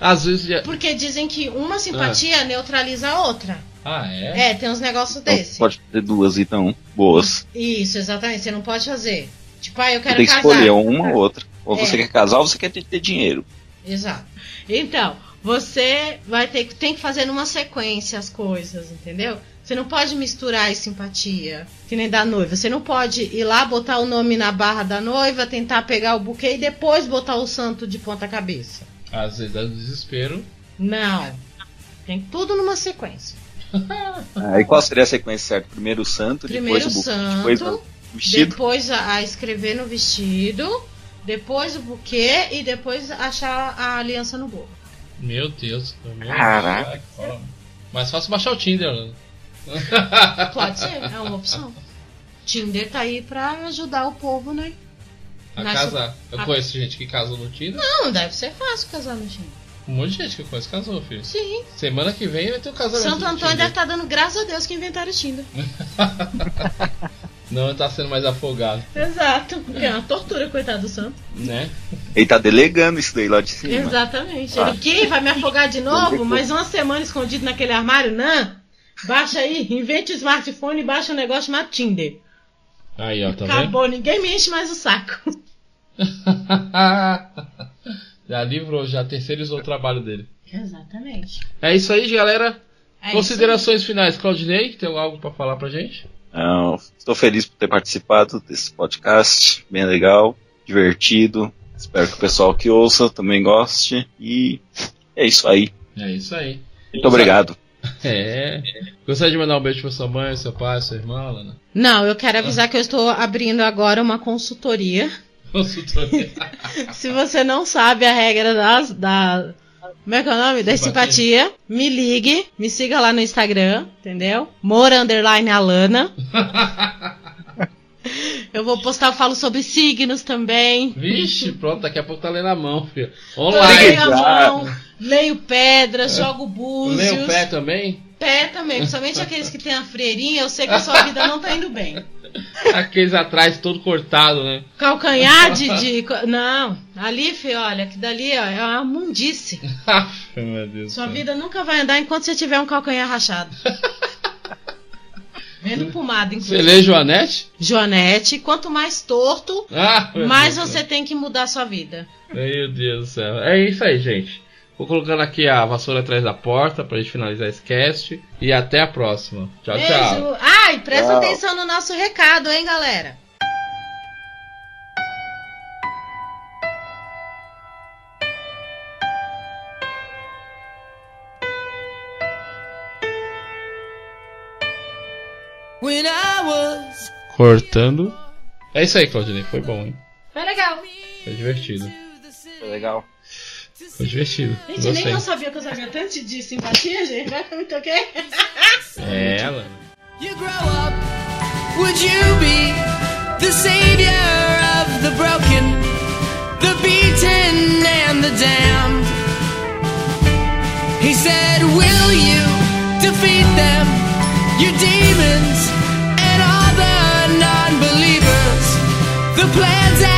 S9: Às vezes já.
S2: Porque dizem que uma simpatia neutraliza a outra.
S1: Ah, é?
S2: É, tem uns negócios
S3: Então,
S2: desse.
S3: pode fazer duas então, boas.
S2: Isso, exatamente. Você não pode fazer. Tipo, ah, eu
S3: Você
S2: quero
S3: tem que
S2: casar.
S3: escolher um. uma ou outra. Ou
S2: É.
S3: você quer casar ou você quer ter, ter dinheiro.
S2: Exato. Então, você vai ter que tem que fazer numa sequência as coisas, entendeu? Você não pode misturar a simpatia, que nem da noiva. Você não pode ir lá botar o nome na barra da noiva, tentar pegar o buquê e depois botar o santo de ponta cabeça.
S1: Às vezes dá um desespero.
S2: Não. Tem tudo numa sequência.
S3: Aí qual seria a sequência certa? Primeiro o santo,
S2: Primeiro o
S3: depois o buquê,
S2: santo,
S3: depois o vestido.
S2: Depois a, a escrever no vestido, depois o buquê e depois achar a aliança no bolo.
S1: Meu Deus. Meu
S3: Caraca.
S1: Deus, sai fora. Mais fácil baixar o Tinder. né?
S2: Pode ser, é uma opção. Tinder tá aí pra ajudar o povo, né?
S1: A
S2: Mas-
S1: casar. Eu
S2: a-
S1: conheço gente que casou no Tinder.
S2: Não, deve ser fácil casar no Tinder.
S1: Um monte de gente que eu conheço casou, filho.
S2: Sim.
S1: Semana que vem vai ter o casamento.
S2: Santo
S1: do
S2: Antônio deve
S1: Tinder.
S2: estar dando graças a Deus que inventaram o Tinder.
S1: Não tá sendo mais afogado,
S2: Exato. É uma tortura, coitado do santo.
S1: né?
S3: Ele tá delegando isso daí lá de cima.
S2: Exatamente.
S3: Ah.
S2: Ele que vai me afogar de novo?
S3: Entendeu?
S2: Mais uma semana escondido naquele armário? Não. Baixa aí, invente o smartphone e baixa o negócio chamado Tinder.
S1: Aí, ó, tá vendo?
S2: Acabou, ninguém me enche mais o saco.
S1: já livrou, já terceirizou o trabalho dele.
S2: Exatamente.
S1: É isso aí, galera.
S2: É
S1: Considerações finais, Claudinei, tem algo pra falar pra gente?
S3: Não, estou Então, feliz por ter participado desse podcast, bem legal, divertido. Espero que o pessoal que ouça também goste. E é isso aí.
S1: É isso aí.
S3: Muito obrigado.
S1: É. Gostaria de mandar um beijo pra sua mãe, seu pai, sua irmã, Lana?
S2: Não, eu quero avisar que eu estou abrindo agora uma consultoria.
S1: Consultoria.
S2: Se você não sabe a regra das, da. Como é que é o nome? Da
S1: Simpatia.
S2: simpatia, me ligue, me siga lá no Instagram, entendeu? Mora underline Alana. Eu vou postar, eu falo sobre signos também.
S1: Vixe, pronto, daqui a pouco tá lendo a mão, filho.
S2: Leio
S1: Online.
S2: a
S3: já.
S2: mão, leio pedra, jogo búzios.
S1: Lê o É. pé também?
S2: Pé também, principalmente aqueles que tem a freirinha, eu sei que a sua vida não tá indo bem.
S1: Aqueles atrás todo cortado, né?
S2: Calcanhar de. de co- não, ali, filho, olha, que dali ó, é uma mundice.
S1: Aff, meu Deus.
S2: Sua
S1: do céu.
S2: vida nunca vai andar enquanto você tiver um calcanhar rachado. Vendo pomada,
S1: Você
S2: inclusive.
S1: lê Joanete?
S2: Joanete, quanto mais torto,
S1: Ah, meu
S2: mais
S1: Deus do
S2: você tem que mudar sua vida.
S1: Meu Deus do céu. É isso aí, gente. Vou colocando aqui a vassoura atrás da porta pra gente finalizar esse cast. E até a próxima. Ah, Tchau, tchau.
S2: Beijo. Ai, presta
S3: Tchau.
S2: atenção no nosso recado, hein, galera?
S4: When I was
S1: Cortando. É isso aí, Claudinei. Foi bom, hein?
S2: Foi legal.
S1: Foi divertido.
S3: Foi legal.
S1: Foi divertido.
S2: Gente, nem
S1: Gostei.
S2: eu sabia que eu sabia tanto de simpatia, gente. Vai que eu me toquei.
S1: É, ela.
S4: you grow up, would you be the savior of the broken, the beaten, and the damned? He said, Will you defeat them, your demons, and all the non believers? The plans